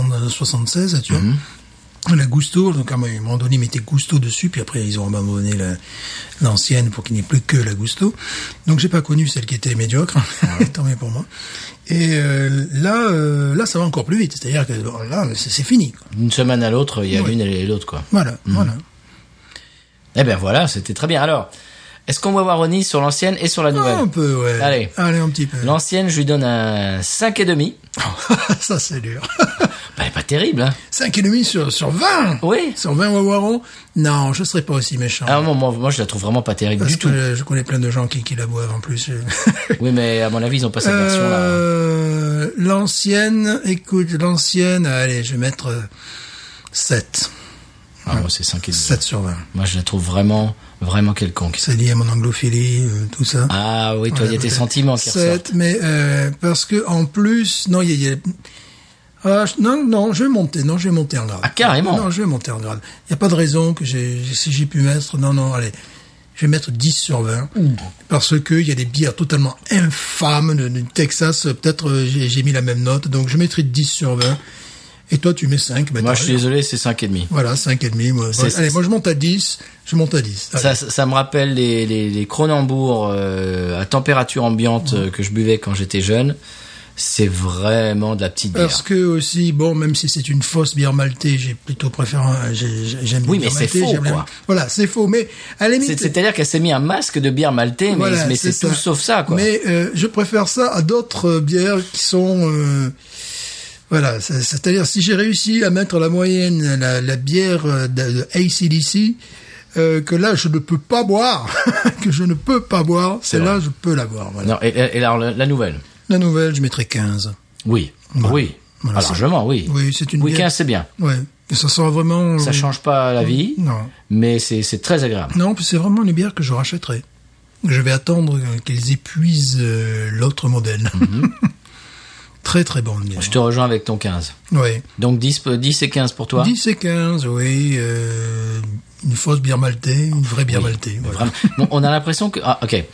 B: post-76, tu vois. La Gusto, donc à un moment donné, ils mettaient Gusto dessus, puis après ils ont abandonné la- l'ancienne pour qu'il n'y ait plus que la Gusto. Donc j'ai pas connu celle qui était médiocre, tant mieux pour moi. Et euh, là, euh, là, ça va encore plus vite, c'est-à-dire que bon, là, c'est c'est fini. quoi.
A: D'une semaine à l'autre, il y a l'une et l'autre, quoi.
B: Voilà, voilà.
A: Eh ben voilà, c'était très bien. Alors, est-ce qu'on va voir Ronnie sur l'ancienne et sur la nouvelle
B: Ah, un peu, ouais.
A: Allez.
B: Allez, un petit peu.
A: L'ancienne, je lui donne un 5,5.
B: ça, c'est dur.
A: Bah, elle est pas terrible, hein.
B: 5,5 sur, sur 20
A: Oui.
B: Sur 20 Wawaron Non, je serais pas aussi méchant.
A: Ah, moi, moi, moi, je la trouve vraiment pas terrible
B: parce
A: du tout.
B: que je connais plein de gens qui, qui la boivent en plus.
A: Oui, mais à mon avis, ils ont pas cette version-là. hein.
B: Euh, L'ancienne, écoute, l'ancienne, allez, je vais mettre euh, 7.
A: Ah, moi, c'est 5,5.
B: 7 sur 20.
A: Moi, je la trouve vraiment, vraiment quelconque.
B: C'est lié à mon anglophilie, euh, tout ça.
A: Ah oui, toi, il y a tes
B: peut-être.
A: sentiments qui ressortent.
B: Sept, mais euh, parce que en plus, non, il y a, il y a- Ah, je- non, non, je vais monter, non, je vais monter en grade.
A: Ah, carrément.
B: Non, je vais monter en grade. Il n'y a pas de raison que j'ai, si j'ai pu mettre, non, non, allez, je vais mettre 10 sur 20. Parce que il y a des bières totalement infâmes de, de Texas, euh, peut-être euh, j'ai, j'ai mis la même note, donc je mettrai 10 sur 20. Et toi, tu mets 5. bah,
A: Moi,
B: t'as
A: je suis
B: raison.
A: désolé, c'est 5,5.
B: Voilà, 5,5. Moi,
A: C'est-
B: allez, moi, je monte à 10. Je monte à 10. Allez.
A: Ça, ça, ça me rappelle les, les, les Cronenbourg euh, à température ambiante euh, que je buvais quand j'étais jeune. C'est vraiment de la petite bière.
B: Parce que aussi, bon, même si c'est une fausse bière maltée, j'ai plutôt préféré, un- j'ai- j'ai- j'aime bien
A: Oui,
B: la
A: mais
B: bière
A: c'est
B: maltaise,
A: faux,
B: j'aime la-
A: quoi.
B: Voilà, c'est faux, mais à la
A: C'est-
B: limite.
A: C'est-à-dire qu'elle s'est mis un masque de bière maltais, mais,
B: voilà,
A: mais c'est tout sauf ça, quoi.
B: Mais euh, je préfère ça à d'autres euh, bières qui sont. euh, voilà, c'est- c'est-à-dire si j'ai réussi à mettre la moyenne, la, la bière euh, de, de ACDC, euh, que là je ne peux pas boire, que je ne peux pas boire, celle-là je peux la boire. Voilà.
A: Non, et, et alors, la, la nouvelle
B: La nouvelle, je mettrais 15.
A: Oui. Oui.
B: Voilà,
A: Ah,
B: c'est-
A: largement, oui.
B: Oui, c'est une
A: Week-end,
B: bière-
A: c'est bien.
B: Ouais, Et ça sera vraiment. euh,
A: Ça change pas la vie,
B: Non.
A: mais c'est c'est très agréable.
B: Non, puis c'est vraiment une bière que je rachèterai. Je vais attendre euh, qu'elles épuisent euh, l'autre modèle.
A: Mhm.
B: très très bonne bière.
A: Je te rejoins avec ton 15.
B: Oui.
A: Donc 10, pe- 10 et 15 pour toi
B: 10 et 15, oui. euh, une fausse bière maltaise, une vraie bière maltaise. voilà.
A: Vraiment. Bon, on a l'impression que... Ah, ok.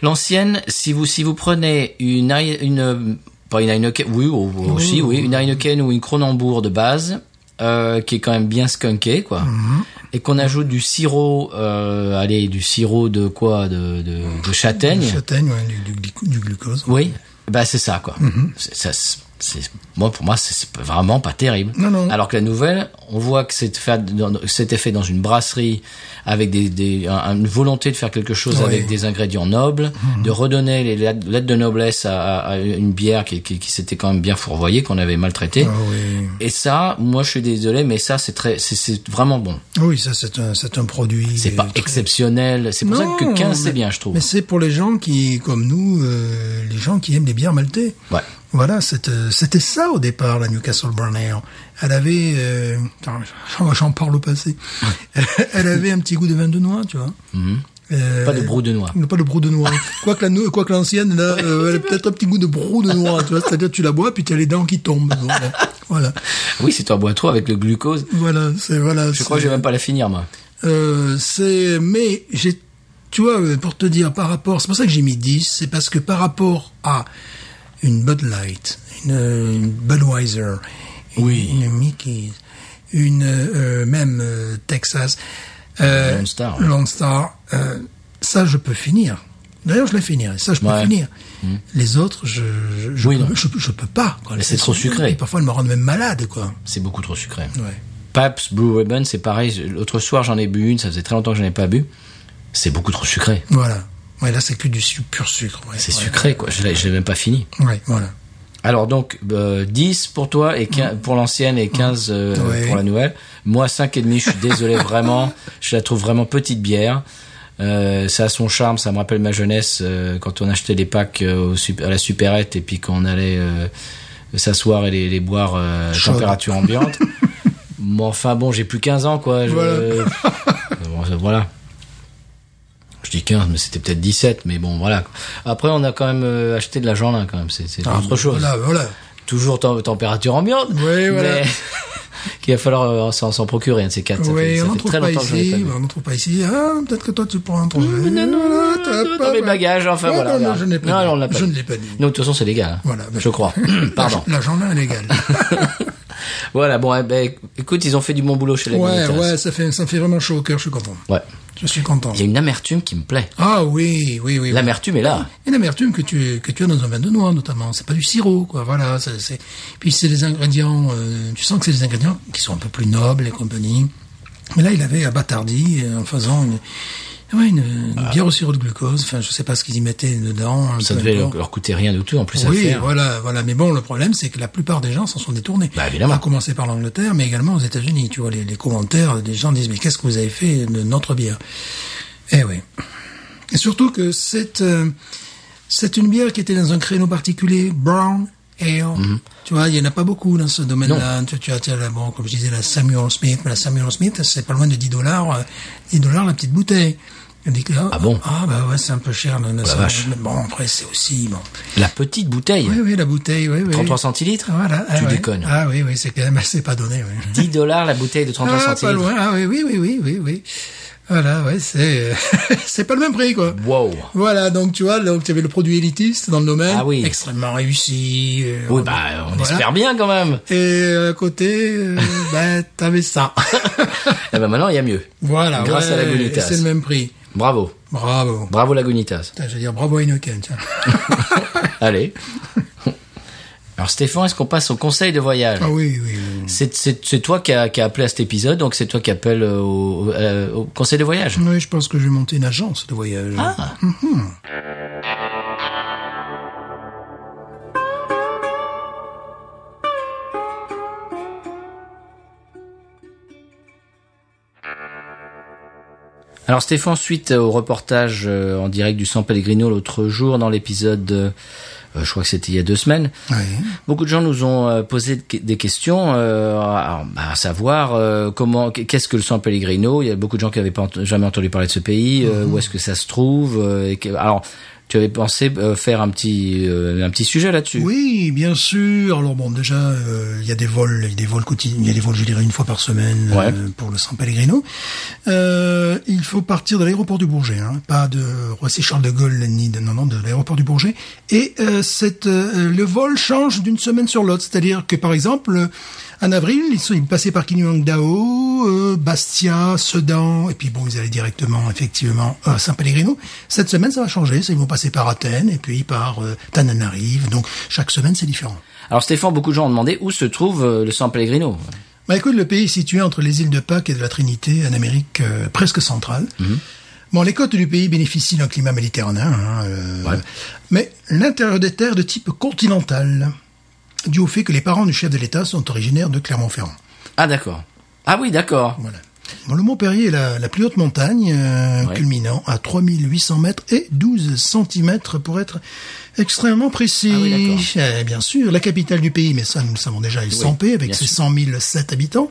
A: L'ancienne, si vous, si vous prenez une... Ari- une euh, pas une Heineken, oui, ou- ou aussi, oui, oh. une Heineken ou une Kronenbourg de base, euh, qui est quand même bien skunkée, quoi, et qu'on ajoute du sirop, euh, allez, du sirop de quoi De, de, de châtaigne
B: Châtaigne, ouais, du, du glyco- du glucose.
A: Oui, bah c'est ça quoi.
B: Mhm.
A: C'est- ça, c'est- c'est- moi pour moi c'est c'est vraiment pas terrible.
B: Non, non.
A: Alors que la nouvelle, on voit que c'est fait dans, c'était fait dans une brasserie avec des, des un- une volonté de faire quelque chose
B: Oui. Mhm.
A: avec des ingrédients nobles, de redonner les lettres lettres de noblesse à, à- à une bière qui, qui, qui s'était quand même bien fourvoyée, qu'on avait maltraitée.
B: Ah oui.
A: Et ça, moi je suis désolé, mais ça c'est très, c'est- c'est vraiment bon.
B: Ah Oui, ça c'est un, c'est un produit.
A: C'est pas
B: euh, très-
A: exceptionnel. C'est pour ça que
B: Non,
A: 15 c'est
B: mais-
A: bien, je trouve.
B: Mais c'est pour les gens qui, comme nous, euh, les gens qui aiment les bières maltais.
A: Ouais.
B: Voilà, c'est, euh, c'était ça au départ, la Newcastle Brown Ale. Elle avait, euh, attends, j'en- j'en parle au passé, elle avait un petit goût de vin de noix, tu vois. Euh,
A: Mm-hmm. Pas de brou de noix.
B: non, Ah, Pas de brou de noix. Quoique la nou- quoique l'ancienne, là, euh, elle a peut-être un petit goût de brou de noix, tu vois. C'est-à-dire, tu la bois, puis tu as les dents qui tombent. Voilà. Voilà.
A: Oui, c'est toi bois-toi avec le glucose.
B: Voilà, c'est, voilà.
A: Je crois que je vais même pas la finir moi.
B: Euh, c'est mais j'ai tu vois euh, pour te dire par rapport c'est pour ça que j'ai mis 10 c'est parce que par rapport à une Bud Light une, euh, une Budweiser une,
A: Oui.
B: une Mickey une euh, euh, même euh, Texas euh,
A: Lone Star, ouais.
B: Lone Star, euh, ça je peux finir d'ailleurs je la finirai ça je peux
A: Ouais. Hmm.
B: finir les autres je je, je
A: Oui,
B: peux,
A: non.
B: je, je peux pas quoi.
A: Mais c'est trop sucré.
B: Et parfois elles me rendent même malade quoi
A: C'est beaucoup trop sucré.
B: ouais
A: Pabst Blue Ribbon, c'est pareil. je- L'autre soir, j'en ai bu une. Ça faisait très longtemps que j'en ai pas bu. C'est beaucoup trop sucré.
B: voilà ouais là c'est que du su- pur sucre ouais.
A: C'est
B: Ouais.
A: sucré, quoi. Je l'ai je l'ai même pas fini.
B: ouais voilà
A: Alors donc, euh, 10 pour toi et
B: Mm.
A: 15 pour l'ancienne et 15 euh,
B: Ouais.
A: pour la nouvelle. Moi, 5,5, je suis désolé, vraiment. Je la trouve vraiment petite bière. Euh, ça a son charme, ça me rappelle ma jeunesse euh, quand on achetait des packs euh, au sup- à la supérette et puis qu'on allait euh, s'asseoir et les, les boire euh, à
B: Chaude.
A: température ambiante. Mais enfin bon, j'ai plus 15 ans quoi. Je- Euh,
B: Voilà.
A: Bon, ça, voilà. Je dis 15, mais c'était peut-être 17, mais bon voilà. Après, on a quand même euh, acheté de la Jeanlin quand même, c'est c'est
B: Ah,
A: autre chose
B: Voilà, voilà.
A: toujours tem- température ambiante.
B: Oui, voilà.
A: Mais, qu'il va falloir euh, s'en s'en procurer un de ces quatre. Ça fait,
B: Oui,
A: ça
B: on n'en
A: fait
B: trouve
A: très
B: pas
A: longtemps que je l'ai
B: ici.
A: pas vu.
B: On n'en trouve pas ici. Ah, peut-être que toi tu pourras en trouver.
A: Non, non, non,
B: Voilà, t'as
A: non,
B: pas-
A: dans mes bagages, enfin
B: Non,
A: voilà.
B: Non, non, je n'ai pas.
A: Non,
B: dit.
A: on l'a pas
B: Je
A: dit.
B: ne l'ai pas dit.
A: Non, de toute façon, c'est légal. hein.
B: Voilà, bah,
A: je crois. Pardon.
B: L'agent là est légal.
A: Voilà, bon, eh ben, écoute, ils ont fait du bon boulot chez les
B: ouais,
A: Bonitas.
B: ouais, ça fait, ça me fait vraiment chaud au cœur. Je suis content.
A: Ouais.
B: Je suis content.
A: Il y a une amertume qui me plaît.
B: Ah oui, oui, oui. oui.
A: L'amertume est là.
B: Et l'amertume que tu, que tu as dans un vin de noix, notamment. C'est pas du sirop, quoi. Voilà. c'est- c'est- Puis c'est des ingrédients, euh, tu sens que c'est des ingrédients qui sont un peu plus nobles et compagnie. Mais là, il avait abattardi euh, en faisant une, ouais, une, une bière au sirop de glucose. Enfin, je sais pas ce qu'ils y mettaient dedans.
A: Ah. Ça
B: peu
A: devait leur,
B: importe.
A: leur coûter rien du tout, en plus, à
B: Oui,
A: faire.
B: voilà, voilà. Mais bon, le problème, c'est que la plupart des gens s'en sont détournés.
A: Bah, évidemment.
B: À commencer par l'Angleterre, mais également aux États-Unis. Tu vois, les, les commentaires des gens disent, mais qu'est-ce que vous avez fait de notre bière Eh oui. Et surtout que c'est euh, c'est une bière qui était dans un créneau particulier, brown ale.
A: Mhm.
B: Tu vois, il y en a pas beaucoup dans ce domaine-là. Tu, tu as, tu as la- bon, comme je disais, la Samuel Smith. Mais la Samuel Smith, c'est pas loin de 10 dollars, 10 dollars la petite bouteille. On dit que,
A: Ah bon Oh
B: Ah bah ouais, c'est un peu cher. La, la Samuel
A: vache.
B: Smith. Bon, après, c'est aussi... bon.
A: La petite bouteille.
B: Oui, oui, la bouteille, oui, oui.
A: 33 centilitres
B: Voilà. ah
A: Tu
B: ouais.
A: déconnes.
B: Ah oui, oui, c'est quand même assez pas donné, oui.
A: 10 dollars la bouteille de 33
B: Ah, pas
A: centilitres.
B: loin. Ah oui, oui, oui, oui, oui, oui. Voilà, ouais, c'est, euh, c'est pas le même prix, quoi.
A: Wow.
B: Voilà, donc tu vois, donc tu avais le produit élitiste dans le domaine.
A: Ah oui.
B: Extrêmement réussi. euh,
A: Oui, bah, on
B: voilà.
A: espère bien quand même.
B: Et à côté, euh, ben, t'avais ça.
A: Eh ben maintenant, il y a mieux.
B: voilà.
A: Grâce à la
B: ouais,
A: Gunitas.
B: et C'est le même prix.
A: Bravo.
B: Bravo.
A: Bravo Lagunitas.
B: Putain, je veux dire, bravo Heineken, tiens.
A: Allez. Alors Stéphane, est-ce qu'on passe au conseil de voyage
B: ah oui, oui, oui.
A: C'est- C'est c'est toi qui as qui as appelé à cet épisode, donc c'est toi qui appelle au, euh, au conseil de voyage.
B: Oui, je pense que je vais monter une agence de voyage.
A: Ah. Alors Stéphane, suite au reportage euh, en direct du San Pellegrino l'autre jour dans l'épisode, euh, euh, je crois que c'était il y a deux semaines,
B: Oui.
A: Beaucoup de gens nous ont euh, posé de- des questions, euh, à, à savoir euh, comment, qu'est-ce que le San Pellegrino Il y a beaucoup de gens qui n'avaient pas ent- jamais entendu parler de ce pays.
B: Mhm.
A: euh, Où est-ce que ça se trouve euh, et que- Alors, tu avais pensé euh, faire un petit euh, un petit sujet là-dessus.
B: Oui, bien sûr. Alors bon, déjà, euh, il y a des vols, il y a des vols quotidiens, il y a des vols, je dirais, une fois par semaine euh,
A: Ouais.
B: pour le San Pellegrino. Euh, il faut partir de l'aéroport du Bourget, hein, pas de Roissy Charles de Gaulle ni de non non de l'aéroport du Bourget. Et euh, cette, euh, le vol change d'une semaine sur l'autre, c'est-à-dire que par exemple, euh, en avril, ils sont ils passaient par Kinyuang Dao, euh, Bastia, Sedan, et puis bon, ils allaient directement effectivement à San Pellegrino. Cette semaine, ça va changer, ils vont passer par Athènes et puis par euh, Tananarive. Donc chaque semaine, c'est différent.
A: Alors Stéphane, beaucoup de gens ont demandé où se trouve euh, le San Pellegrino.
B: Bah écoute, le pays est situé entre les îles de Pâques et de la Trinité, en Amérique euh, presque centrale. Bon, les côtes du pays bénéficient d'un climat méditerranéen, hein, euh,
A: Ouais.
B: mais l'intérieur des terres de type continental, dû au fait que les parents du chef de l'État sont originaires de Clermont-Ferrand.
A: Ah d'accord. Ah oui, d'accord.
B: Voilà. Bon, le Mont Perrier est la, la plus haute montagne, euh,
A: Ouais.
B: culminant à 3800 mètres et 12 centimètres pour être extrêmement précis.
A: Ah oui, d'accord.
B: Euh, bien sûr, la capitale du pays, mais ça nous le savons déjà, est Sampé, avec
A: bien
B: ses
A: sûr. Mhm.
B: 100 007 habitants.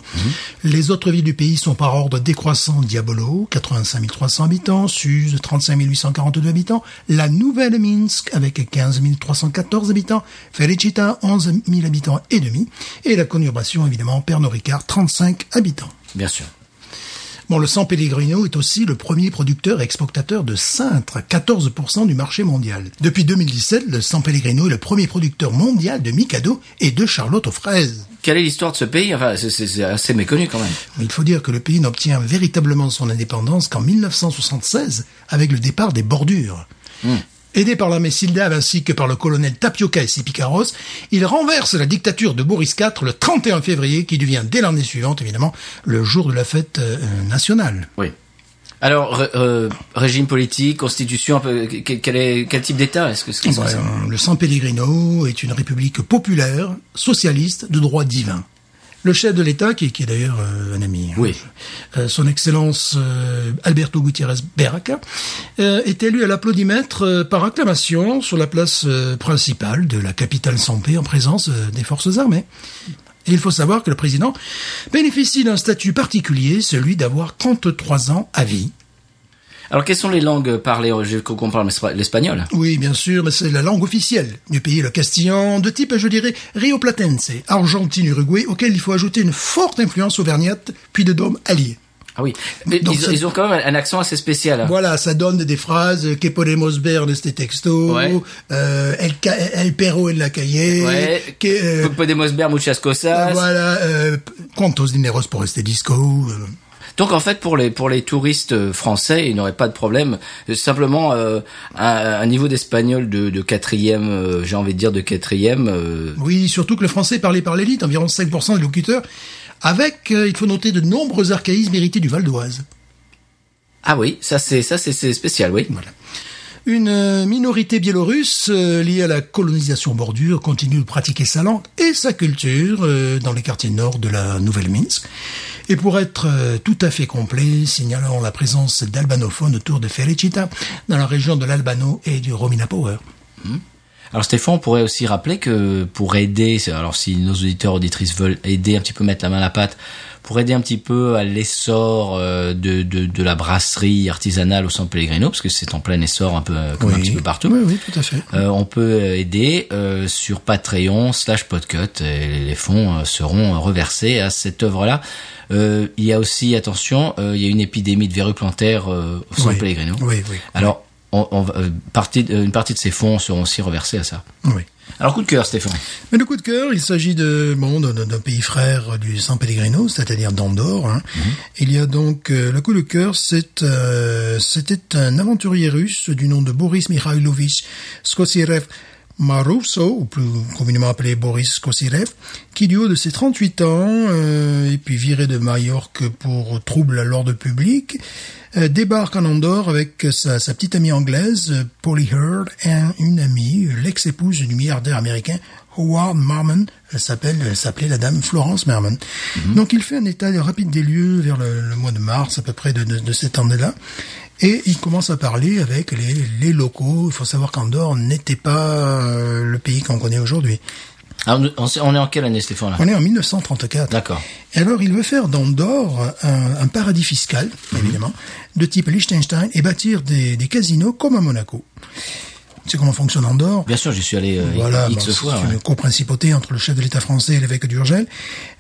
B: Les autres villes du pays sont par ordre décroissant Diabolo, 85 300 habitants, Suse, 35 842 habitants, la nouvelle Minsk avec 15 314 habitants, Felicita, 11 000 habitants et demi, et la conurbation évidemment Pernod Ricard, 35 habitants.
A: Bien sûr.
B: Bon, le San Pellegrino est aussi le premier producteur et exportateur de cintre, 14% du marché mondial. Depuis 2017, le San Pellegrino est le premier producteur mondial de Mikado et de Charlotte aux fraises.
A: Quelle est l'histoire de ce pays Enfin, c'est- c'est c'est assez méconnu quand même.
B: Mais il faut dire que le pays n'obtient véritablement son indépendance qu'en 1976, avec le départ des bordures. Aidé par l'armée Sildave ainsi que par le colonel Tapioca et Sipicaros, il renverse la dictature de Boris IV le 31 février, qui devient dès l'année suivante, évidemment, le jour de la fête euh, nationale.
A: Oui. Alors, re- euh, régime politique, constitution, un peu, que- quel, est, quel type d'État est-ce que c'est -ce
B: Ouais, euh, le San Pellegrino est une république populaire, socialiste, de droit divin. Le chef de l'État, qui, qui est d'ailleurs euh, un ami, hein,
A: Oui.
B: euh, son Excellence euh, Alberto Gutiérrez Berraca, euh, est élu à l'applaudimètre euh, par acclamation sur la place euh, principale de la capitale Sampé en présence euh, des forces armées. Et il faut savoir que le président bénéficie d'un statut particulier, celui d'avoir 33 ans à vie.
A: Alors, quelles sont les langues parlées Je comprends l'espagnol.
B: Oui, bien sûr, mais c'est la langue officielle du pays, le castillan, de type, je dirais, rioplatense, Argentine-Uruguay, auquel il faut ajouter une forte influence auvergnate, puis de dôme allié.
A: Ah oui, mais
B: Donc,
A: ils,
B: c'est-
A: ils ont quand même un accent assez spécial. hein.
B: Voilà, ça donne des phrases euh, que podemos ver de este texto,
A: Ouais.
B: euh, el, ca- el perro en la calle,
A: Ouais.
B: que, euh,
A: Podemos ver muchas cosas.
B: voilà, euh, cuántos dineros por este disco. euh,
A: Donc en fait pour les pour les touristes euh, français ils n'auraient pas de problème Euh, simplement euh, un, un niveau d'espagnol de, de quatrième euh, j'ai envie de dire de quatrième euh,
B: Oui, surtout que le français est parlé par l'élite, environ 5% des locuteurs, avec, euh, il faut noter, de nombreux archaïsmes hérités du Val d'Oise.
A: ah oui ça c'est ça c'est c'est spécial oui
B: Voilà. Une euh, minorité biélorusse euh, liée à la colonisation bordure continue de pratiquer sa langue et sa culture euh, dans les quartiers nord de la Nouvelle-Minsk. Et pour être euh, tout à fait complet, signalant la présence d'albanophones autour de Felicita, dans la région de l'Albano et du Romina Power.
A: alors Stéphane on pourrait aussi rappeler que pour aider alors si nos auditeurs auditrices veulent aider un petit peu mettre la main à la pâte pour aider un petit peu à l'essor euh, de, de de la brasserie artisanale au San Pellegrino parce que c'est en plein essor un peu euh, comme un petit peu partout
B: Oui, oui, tout à fait.
A: Euh, on peut aider euh, sur Patreon slash Podcut et les fonds euh, seront reversés à cette œuvre-là. Euh, il y a aussi, attention, euh, il y a une épidémie de verrue plantaire euh, au San
B: Oui.
A: Pellegrino.
B: Oui, oui.
A: Alors, on, on va- euh, partie, euh, une partie de ces fonds seront aussi reversés à ça.
B: Oui.
A: Alors, coup de cœur, Stéphane.
B: Mais le coup de cœur, il s'agit de bon d'un- d'un d'un pays frère du San Pellegrino, c'est-à-dire d'Andorre. hein. Il y a donc euh, le coup de cœur, c'est euh, c'était un aventurier russe du nom de Boris Mikhailovich Skosirev Marousseau, ou plus communément appelé Boris Skosirev, qui du haut de ses 38 ans, euh, et puis viré de Majorque pour trouble à l'ordre public, euh, débarque en Andorre avec sa, sa petite amie anglaise, euh, Polly Heard, et un- une amie, euh, l'ex-épouse du milliardaire américain Howard Marmon. Elle s'appelle, elle s'appelait la dame Florence Marmon. Donc il fait un état rapide des lieux vers le, le mois de mars, à peu près de, de, de cette année-là. Et il commence à parler avec les, les locaux. Il faut savoir qu'Andorre n'était pas euh, le pays qu'on connaît aujourd'hui.
A: Alors, nous- on, on est en quelle année, Stéphane là
B: On est en 1934.
A: D'accord.
B: Et alors, il veut faire d'Andorre un, un paradis fiscal, évidemment, de type Liechtenstein, et bâtir des, des casinos comme à Monaco. C'est comment fonctionne Andorre.
A: Bien sûr, j'y suis allé euh,
B: Voilà, bah,
A: X
B: bon,
A: fois.
B: c'est
A: ouais.
B: une coprincipauté entre le chef de l'État français et l'évêque d'Urgel.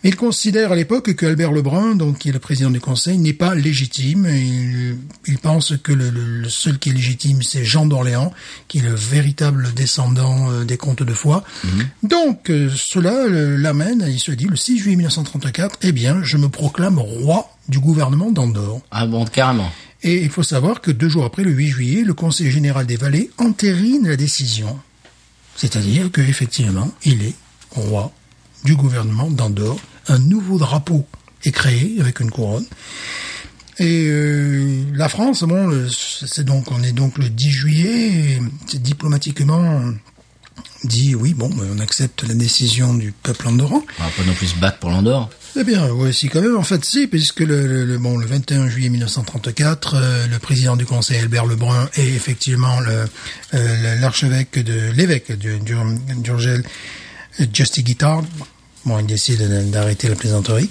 B: Mais il considère à l'époque que Albert Lebrun, donc qui est le président du Conseil, n'est pas légitime. Il, il pense que le, le- le seul qui est légitime, c'est Jean d'Orléans, qui est le véritable descendant euh, des comtes de Foix.
A: Mhm.
B: Donc euh, cela le- l'amène, il se dit, le 6 juillet 1934, eh bien, je me proclame roi du gouvernement d'Andorre.
A: Ah bon, carrément.
B: Et il faut savoir que deux jours après, le 8 juillet, le Conseil général des Vallées entérine la décision. C'est-à-dire que effectivement, il est roi du gouvernement d'Andorre. Un nouveau drapeau est créé avec une couronne. Et euh, la France, bon, le- c'est donc on est donc le 10 juillet. et c'est diplomatiquement dit oui, bon, on accepte la décision du peuple andorran.
A: On va pas non plus se battre pour l'Andorre.
B: Eh bien, voici quand même, en fait, si, puisque le, le, le- bon, le 21 juillet 1934, euh, le président du Conseil, Albert Lebrun, et effectivement le- euh, le- l'archevêque de l'évêque du- du- d'Urgel, euh, Justy Guittard, bon, il décide de- d'arrêter la plaisanterie,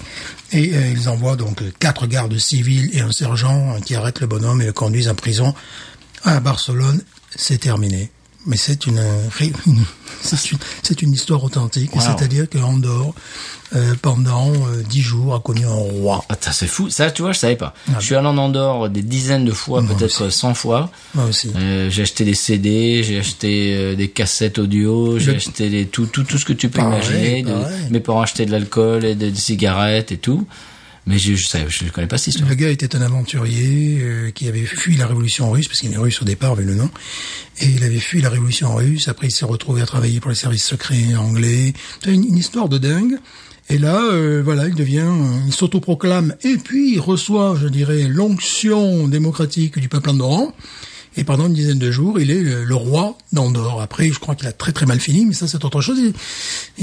B: et euh, ils envoient donc euh, quatre gardes civils et un sergent euh, qui arrêtent le bonhomme et le conduisent en prison à Barcelone. C'est terminé. Mais c'est une, euh, ré- c'est une, c'est une histoire authentique,
A: Wow.
B: c'est-à-dire que Andorre, euh, pendant euh, dix jours, a connu un roi.
A: Ah, ça, c'est fou. Ça, tu vois, je savais pas.
B: Ah
A: Je suis allé en Andorre des dizaines de fois, peut-être 100 fois.
B: Moi aussi.
A: Euh, j'ai acheté des CD, j'ai acheté euh, des cassettes audio, j'ai
B: Le-
A: acheté des, tout, tout, tout ce que tu peux
B: Pareil,
A: imaginer. de-
B: pareil.
A: mes parents achetaient de l'alcool et des, des cigarettes et tout. Mais je je savais, je connais pas cette histoire.
B: Le gars était un aventurier euh, qui avait fui la révolution russe, parce qu'il est russe au départ, vu le nom, et il avait fui la révolution russe, après il s'est retrouvé à travailler pour les services secrets anglais. C'est une, une histoire de dingue. Et là, euh, voilà, il devient, euh, il s'autoproclame, et puis il reçoit, je dirais, l'onction démocratique du peuple andorran. Et pendant une dizaine de jours, il est le, le roi d'Andorre. Après, je crois qu'il a très très mal fini, mais ça c'est autre chose. Il,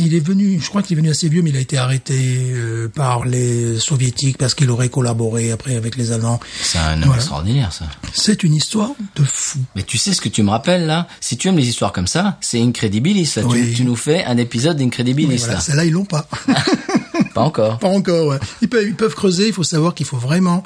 B: il est venu, je crois qu'il est venu assez vieux, mais il a été arrêté euh, par les soviétiques parce qu'il aurait collaboré après avec les Allemands.
A: C'est un homme
B: Voilà.
A: extraordinaire, ça.
B: C'est une histoire de fou.
A: Mais tu sais ce que tu me rappelles, là? Si tu aimes les histoires comme ça, c'est Incredibilis, là. Tu-
B: Oui.
A: Tu, nous fais un épisode d'Incredibilis,
B: Voilà,
A: là.
B: celle-là ils l'ont pas.
A: Pas encore.
B: Pas encore, ouais. Ils peuvent, ils peuvent creuser, il faut savoir qu'il faut vraiment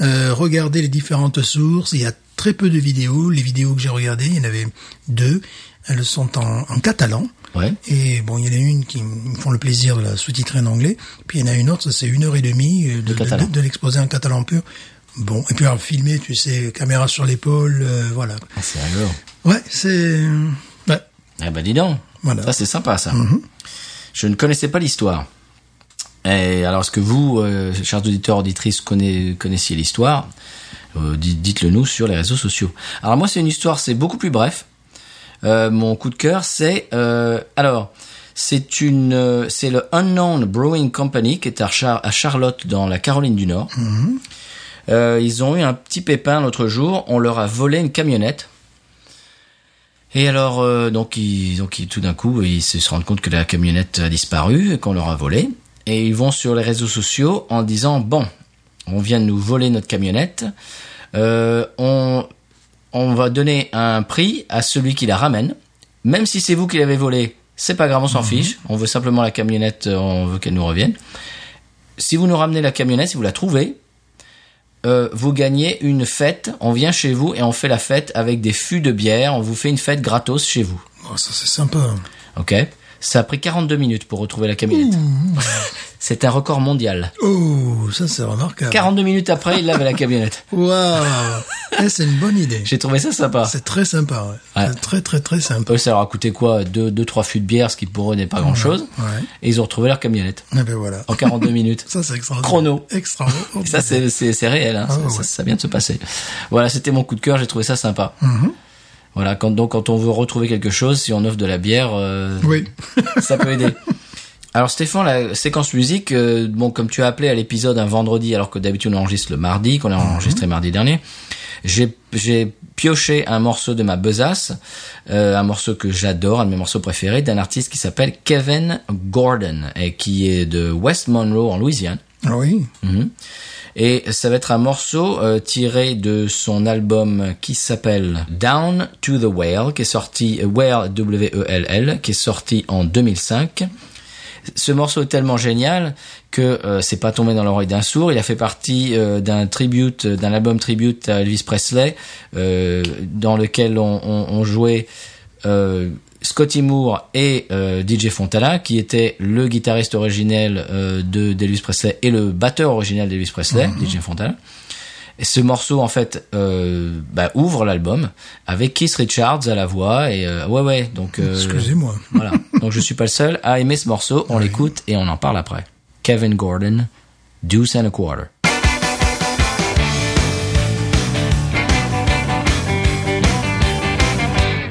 B: euh, regarder les différentes sources. Il y a très peu de vidéos. Les vidéos que j'ai regardées, il y en avait deux. Elles sont en, en catalan.
A: Ouais.
B: Et bon, il y en a une qui me font le plaisir de la sous-titrer en anglais. Puis il y en a une autre, ça, c'est une heure et demie euh, de,
A: De catalan.
B: de- de l'exposer en catalan pur. Bon, et puis alors filmer, tu sais, caméra sur l'épaule, euh, voilà.
A: Ah, c'est alors.
B: Ouais, c'est... Ouais.
A: Eh ben dis donc.
B: Voilà.
A: Ça c'est sympa ça. Je ne connaissais pas l'histoire. Et alors est-ce que vous, euh, chers auditeurs auditrices, connaissez, connaissiez l'histoire Euh, di- Dites-le nous sur les réseaux sociaux. Alors moi c'est une histoire, c'est beaucoup plus bref. Euh, mon coup de cœur c'est euh, alors c'est une euh, c'est le Unknown Brewing Company qui est à, Char- à Charlotte dans la Caroline du Nord. Euh, ils ont eu un petit pépin l'autre jour. On leur a volé une camionnette. Et alors, euh, donc, ils, donc ils- tout d'un coup, ils se rendent compte que la camionnette a disparu et qu'on leur a volé. Et ils vont sur les réseaux sociaux en disant bon, on vient de nous voler notre camionnette. Euh, on, on va donner un prix à celui qui la ramène, même si c'est vous qui l'avez volée. C'est pas grave, on s'en fiche. On veut simplement la camionnette, euh, on veut qu'elle nous revienne. Si vous nous ramenez la camionnette, si vous la trouvez, euh, vous gagnez une fête. On vient chez vous et on fait la fête avec des fûts de bière. On vous fait une fête gratos chez vous.
B: Oh, ça, c'est sympa.
A: Ok Ça a pris 42 minutes pour retrouver la camionnette. C'est un record mondial.
B: Oh, ça, c'est remarquable.
A: 42 minutes après, il avait la camionnette.
B: Waouh Eh, C'est une bonne idée.
A: J'ai trouvé ça sympa.
B: C'est très sympa, ouais.
A: Ouais.
B: C'est Très, très, très sympa.
A: Eux, ça leur a coûté quoi 2 deux, 3 fûts de bière, ce qui pour eux n'est pas grand chose.
B: Ouais.
A: Et ils ont retrouvé leur camionnette
B: Eh ben voilà.
A: en 42 minutes.
B: Ça, c'est extraordinaire.
A: Oh. Chrono.
B: Extraordinaire.
A: Et ça, c'est- c'est c'est réel. hein.
B: Ah,
A: ça,
B: ouais.
A: ça- ça vient de se passer. Voilà, c'était mon coup de cœur. J'ai trouvé ça sympa.
B: Mm-hmm.
A: Voilà, quand, donc quand on veut retrouver quelque chose, si on offre de la bière, euh,
B: Oui.
A: ça peut aider. Alors Stéphane, la séquence musique, euh, bon comme tu as appelé à l'épisode un vendredi, alors que d'habitude on enregistre le mardi, qu'on a enregistré mardi dernier, j'ai j'ai pioché un morceau de ma besace, euh, un morceau que j'adore, un de mes morceaux préférés, d'un artiste qui s'appelle Kevin Gordon et qui est de West Monroe en Louisiane.
B: Ah oui.
A: Mhm. Et ça va être un morceau euh, tiré de son album qui s'appelle Down to the Whale, qui est sorti euh, Whale W E L L, qui est sorti en 2005. Ce morceau est tellement génial que euh, c'est pas tombé dans l'oreille d'un sourd. Il a fait partie euh, d'un tribute, euh, d'un album tribute à Elvis Presley, euh, dans lequel on, on- on jouait euh, Scotty Moore et euh, DJ Fontana, qui était le guitariste originel euh, de d'Elvis Presley et le batteur originel d'Elvis Presley, DJ Fontana. Et ce morceau, en fait, euh, bah, ouvre l'album avec Keith Richards à la voix et euh, ouais ouais. Donc euh,
B: Excusez-moi.
A: voilà. Donc je suis pas le seul à aimer ce morceau. On l'écoute et on en parle après. Kevin Gordon, Deuce and a Quarter.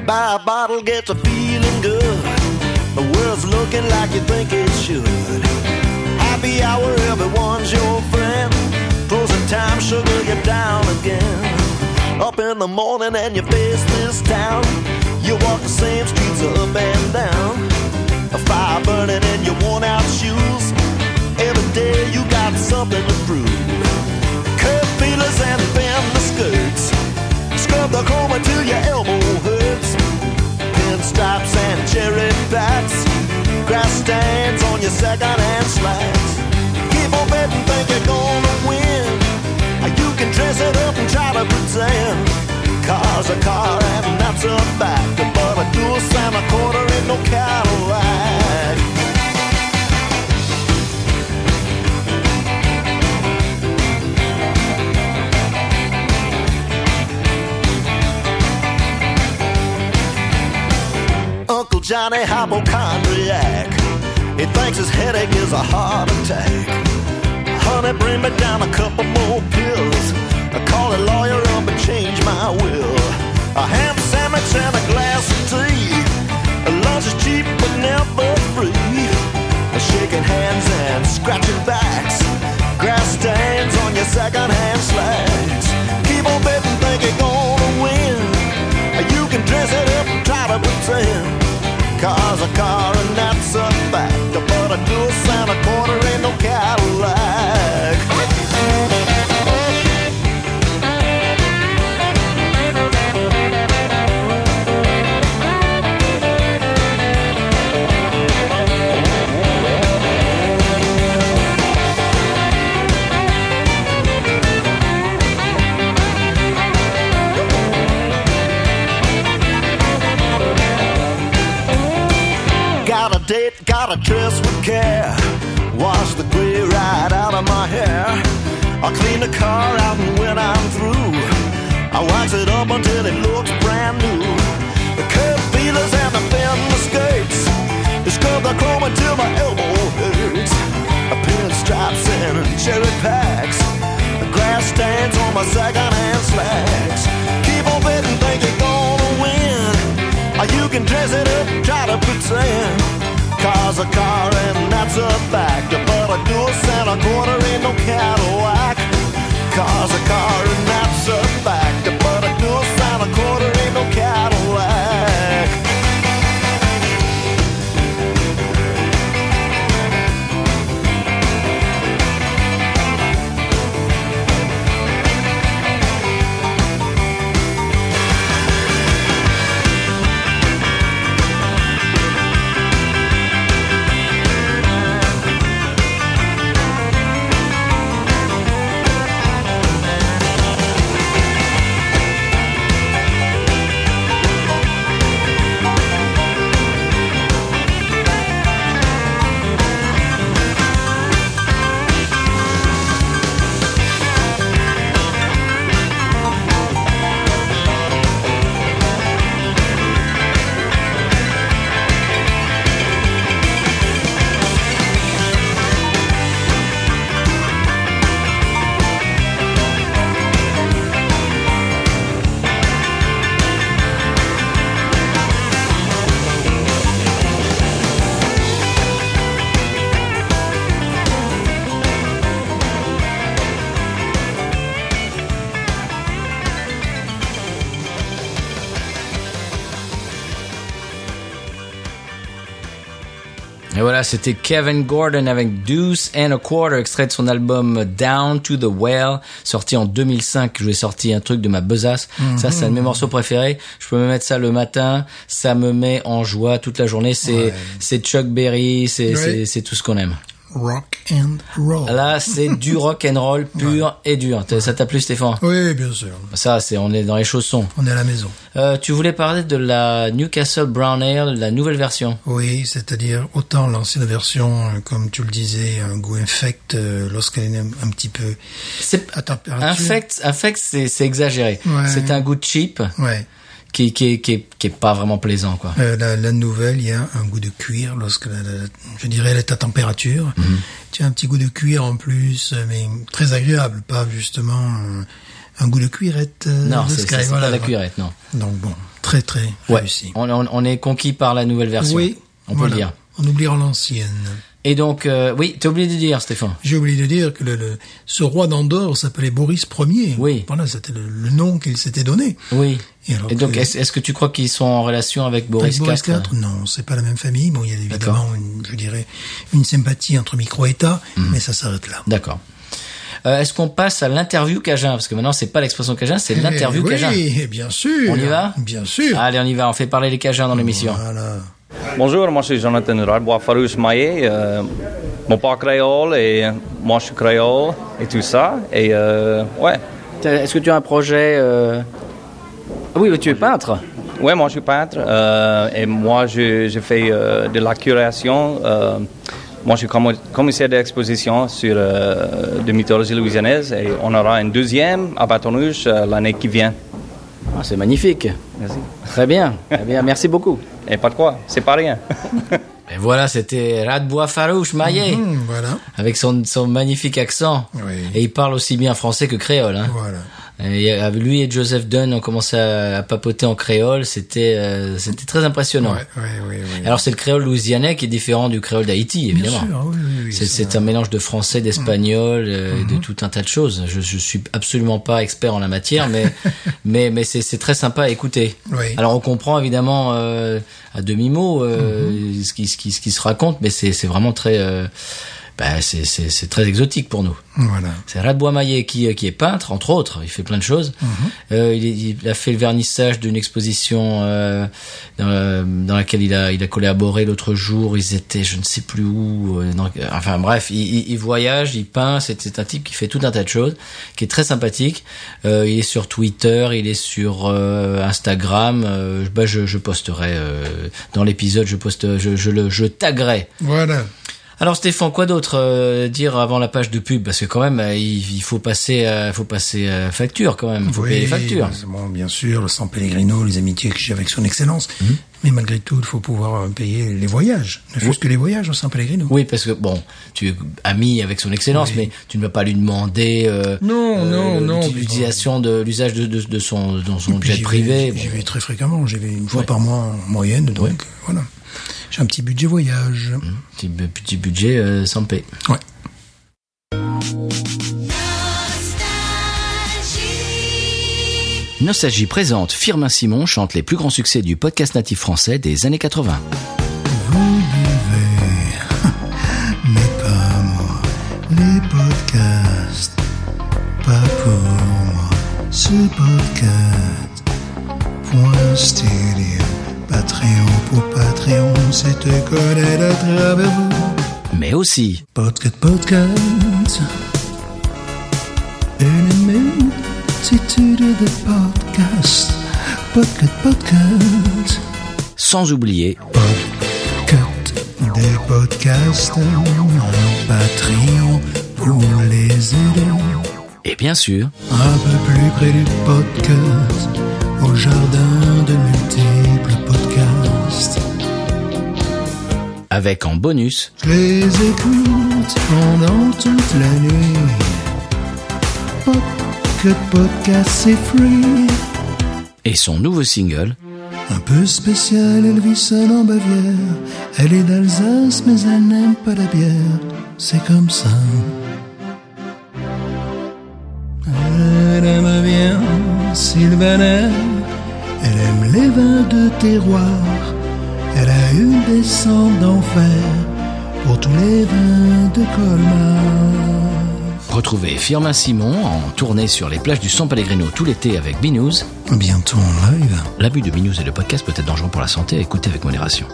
C: Buy a bottle, get to feeling good. The world's looking like you think it should. Happy hour, everyone's your friend. Closing time, sugar, you're down again. Up in the morning and you face this town. You walk the same streets up and down. A fire burning in your worn out shoes. Every day you got something to prove. Curb feelers and bend the skirts. Scrub the chrome until your elbow hurts. Pinstripes and cherry bats. Grass stands on your second hand slats. Keep on betting, think you're gonna win. You can dress it up and try to pretend. Car's a car and that's a fact. But a dual and a quarter ain't no Cadillac. Uncle Johnny hypochondriac. He thinks his headache is a heart attack. Honey, bring me down a couple more pills. I call a lawyer up and change my will. A ham sandwich and a glass of tea. Lunch is cheap but never free. Shaking hands and scratching backs. Grass stains on your second-hand slacks. Keep on betting, think you're gonna win. You can dress it up and try to pretend. Car's a car and that's a fact. But a dual Santa quarter ain't no Cadillac. Got a date, got to dress with care. Wash the gray right out of my hair. I'll clean the car out and when I'm through, I wax it up until it looks brand new. The curb feelers and the thin skirts. It's scrub the chrome until my elbow hurts. A pinstripes and cherry packs. The grass stands on my second-hand slacks. Keep on betting, think you're gonna win. Or you can dress it up, try to pretend. Car's a car and that's a fact. But a dual cent a quarter ain't no Cadillac. Car's a car and that's a fact. But a dual cent a quarter ain't no Cadillac.
A: Et voilà, c'était Kevin Gordon avec Deuce and a Quarter, extrait de son album Down to the Well, sorti en 2005. Je vais sortir un truc de ma besace. Ça, c'est un de mes morceaux préférés. Je peux me mettre ça le matin. Ça me met en joie toute la journée. C'est, c'est Chuck Berry, c'est,
B: Ouais.
A: c'est, c'est tout ce qu'on aime.
B: Rock and roll.
A: Là, c'est du rock and roll pur et dur. T'as- Ça t'a plu, Stéphane?
B: Oui, bien sûr.
A: Ça, c'est, on est dans les chaussons.
B: On est à la maison.
A: Euh, tu voulais parler de la Newcastle Brown Ale, la nouvelle version.
B: Oui, c'est-à-dire autant l'ancienne version, euh, comme tu le disais, un goût infect euh, lorsqu'elle est un, un petit peu
A: C'est,
B: à température.
A: Infect, Infect, c'est c'est exagéré.
B: Ouais.
A: C'est un goût cheap
B: Ouais.
A: qui qui est- qui est, qui est pas vraiment plaisant quoi.
B: Euh, la, la nouvelle, il y a un goût de cuir lorsque, la- la- je dirais, elle est à température.
A: Mhm.
B: Tu as un petit goût de cuir en plus, euh, mais très agréable, pas justement euh, un goût de cuirette. euh,
A: non,
B: de
A: c'est
B: Sky,
A: c'est- c'est
B: voilà.
A: pas la cuirette, non.
B: Donc bon, très très
A: Ouais,
B: réussi.
A: on, on, on est conquis par la nouvelle version.
B: Oui,
A: on peut
B: voilà.
A: le dire.
B: On oubliera l'ancienne.
A: Et donc, euh, oui, t'as oublié de dire, Stéphane.
B: J'ai oublié de dire que le, le- ce roi d'Andorre s'appelait Boris Ier.
A: Oui.
B: Voilà, c'était le, le nom qu'il s'était donné.
A: Oui.
B: Et alors
A: Et donc,
B: que-
A: est-ce est-ce que tu crois qu'ils sont en relation avec
B: Avec
A: Boris,
B: Boris
A: IV,
B: IV, non, c'est pas la même famille. Bon, il y a évidemment, une, je dirais, une sympathie entre micro-États,
A: Mhm.
B: mais ça s'arrête là.
A: D'accord. Euh, Est-ce qu'on passe à l'interview Cajun Parce que maintenant, c'est pas l'expression Cajun, c'est l'interview
B: Eh oui,
A: Cajun.
B: eh bien sûr.
A: On y va Ah,
B: Bien sûr.
A: Allez, on y va. On fait parler les Cajuns dans l'émission.
B: Voilà.
D: Bonjour, moi c'est Jonathan Radbois Farouz Maillet. euh, mon père créole et moi je suis créole et tout ça. Et euh, ouais,
A: T'as- Est-ce que tu as un projet euh, ah Oui, mais tu es peintre.
D: ouais, moi je suis peintre euh, et moi je, je fais euh, de la curation. euh, moi je suis commo- commissaire d'exposition sur euh, de mythologie louisianaise et on aura une deuxième à Baton Rouge euh, l'année qui vient.
A: Ah, c'est magnifique.
D: Merci.
A: Très bien. Très bien. Merci beaucoup.
D: Et pas de quoi, c'est pas rien.
A: Et Ben voilà, c'était Radbois Farouche Maillet,
B: Hum, voilà.
A: avec son, son magnifique accent.
B: Oui.
A: Et il parle aussi bien français que créole. Hein.
B: Voilà.
A: Et, euh, lui et Joseph Dunn ont commencé à, à papoter en créole. C'était euh, c'était très impressionnant.
B: Ouais, ouais, ouais, ouais.
A: Alors c'est le créole louisianais qui est différent du créole d'Haïti,
B: bien
A: évidemment.
B: sûr. oui, oui, oui,
A: C'est,
B: ça- Mhm.
A: c'est un mélange de français, d'espagnol, euh, et de tout un tas de choses. Je, je suis absolument pas expert en la matière, mais mais mais c'est, c'est très sympa à écouter.
B: Oui.
A: Alors on comprend évidemment
B: Mhm.
A: euh, à demi mot euh, ce qui ce qui ce qui se raconte, mais c'est c'est vraiment très euh, ben, c'est- c'est c'est très exotique pour nous.
B: Voilà.
A: C'est Radbois Maillet qui, euh, qui est peintre, entre autres. Il fait plein de choses. Euh, il, est- il a fait le vernissage d'une exposition euh, dans, la- dans laquelle il a, il a collaboré l'autre jour. Ils étaient, je ne sais plus où. euh, dans- enfin bref, il, il- il voyage, il peint. C'est c'est un type qui fait tout un tas de choses, qui est très sympathique. Euh, il est sur Twitter, il est sur euh, Instagram. Euh, bah, je, je posterai euh, dans l'épisode, je poste, je, je le, je taguerai.
B: Voilà.
A: Alors Stéphane, quoi d'autre euh, dire avant la page de pub Parce que quand même, euh, il, il faut passer, euh, faut passer euh, facture quand même. Il faut
B: Oui,
A: payer les factures.
B: Bon, bien sûr, le San Pellegrino, les amitiés que j'ai avec son excellence.
A: Mhm.
B: Mais malgré tout, il faut pouvoir euh, payer les voyages. Ne fût-ce que les voyages au San Pellegrino.
A: Oui, parce que bon, tu es ami avec son excellence, mais tu ne vas pas lui demander euh,
B: Non, non, non,
A: l'utilisation de l'usage de, de, de son, de son
B: Puis
A: jet
B: j'y
A: privé.
B: vais- J'y
A: Bon.
B: vais très fréquemment. J'y vais une fois
A: Ouais.
B: par mois en moyenne. Donc, euh, voilà. J'ai un petit budget voyage.
A: Petit, bu- petit budget euh, sans paix.
B: Ouais.
A: Nostalgie présente Firmin Simon chante les plus grands succès du podcast natif français des années 80.
B: Vous buvez, mais pas moi. Les podcasts, pas pour moi. Ce podcast, point stéréo. Patreon pour Patreon, c'est te connaître à travers vous.
A: Mais aussi
B: Podcast, podcast. Une minute, c'est tout de podcast. Podcast, podcast.
A: sans oublier
B: Podcast, des podcasts, un Patreon pour les aider.
A: et bien sûr
B: Un peu plus près du podcast, au jardin de multiples podcasts.
A: avec en bonus
B: Je les écoute pendant toute la nuit. Pocket Podcast, c'est free.
A: et son nouveau single
B: Un peu spécial, elle vit seule en Bavière. Elle est d'Alsace, mais elle n'aime pas la bière. C'est comme ça. Elle aime bien Sylvaner. Elle aime les vins de terroir. Elle a une descente d'enfer pour tous les vins de Colmar.
A: Retrouvez Firmin Simon en tournée sur les plages du San Pellegrino tout l'été avec Binous.
B: Bientôt en live.
A: L'abus de Binous et de podcast peut être dangereux pour la santé, écoutez avec modération.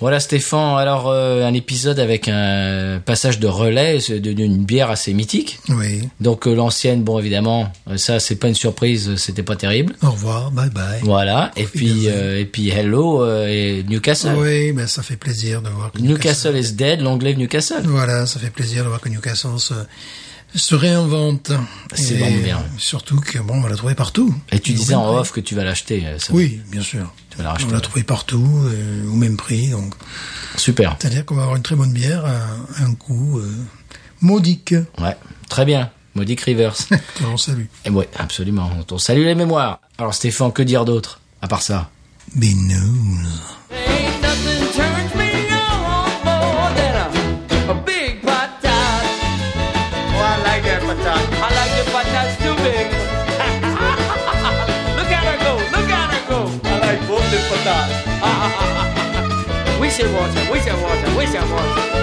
A: Voilà Stéphane, alors euh, un épisode avec un passage de relais c'est de- d'une bière assez mythique.
B: Oui.
A: Donc euh, l'ancienne, bon évidemment, euh, ça c'est pas une surprise, euh, c'était pas terrible.
B: Au revoir, bye bye.
A: Voilà, et puis euh, et puis Hello euh, et Newcastle.
B: Oui, ben ça fait plaisir de voir que
A: Newcastle is dead, l'anglais de Newcastle.
B: Voilà, ça fait plaisir de voir que Newcastle se, se réinvente.
A: C'est
B: Et
A: bon, bien.
B: Surtout que bon, on va la trouver partout.
A: Et tu
B: Au
A: disais
B: même
A: en
B: prix.
A: off que tu vas l'acheter. euh, ça.
B: Oui, bien sûr.
A: Tu vas la
B: on
A: racheter.
B: va la trouver partout, euh, au même prix. Donc,
A: Super.
B: c'est-à-dire qu'on va avoir une très bonne bière, un, un coût euh, modique.
A: Ouais, très bien. Modic Rivers.
B: Que l'on salue.
A: Et ouais, absolument. On salue les mémoires. Alors Stéphane, que dire d'autre à part ça
B: Binous.
E: Ain't nothing turns me on more than a, a big patat. Oh, I like that patat. I like the patats too big. look at her go, look at her go. I like both the patats. we should watch her, we should watch her, we should watch her.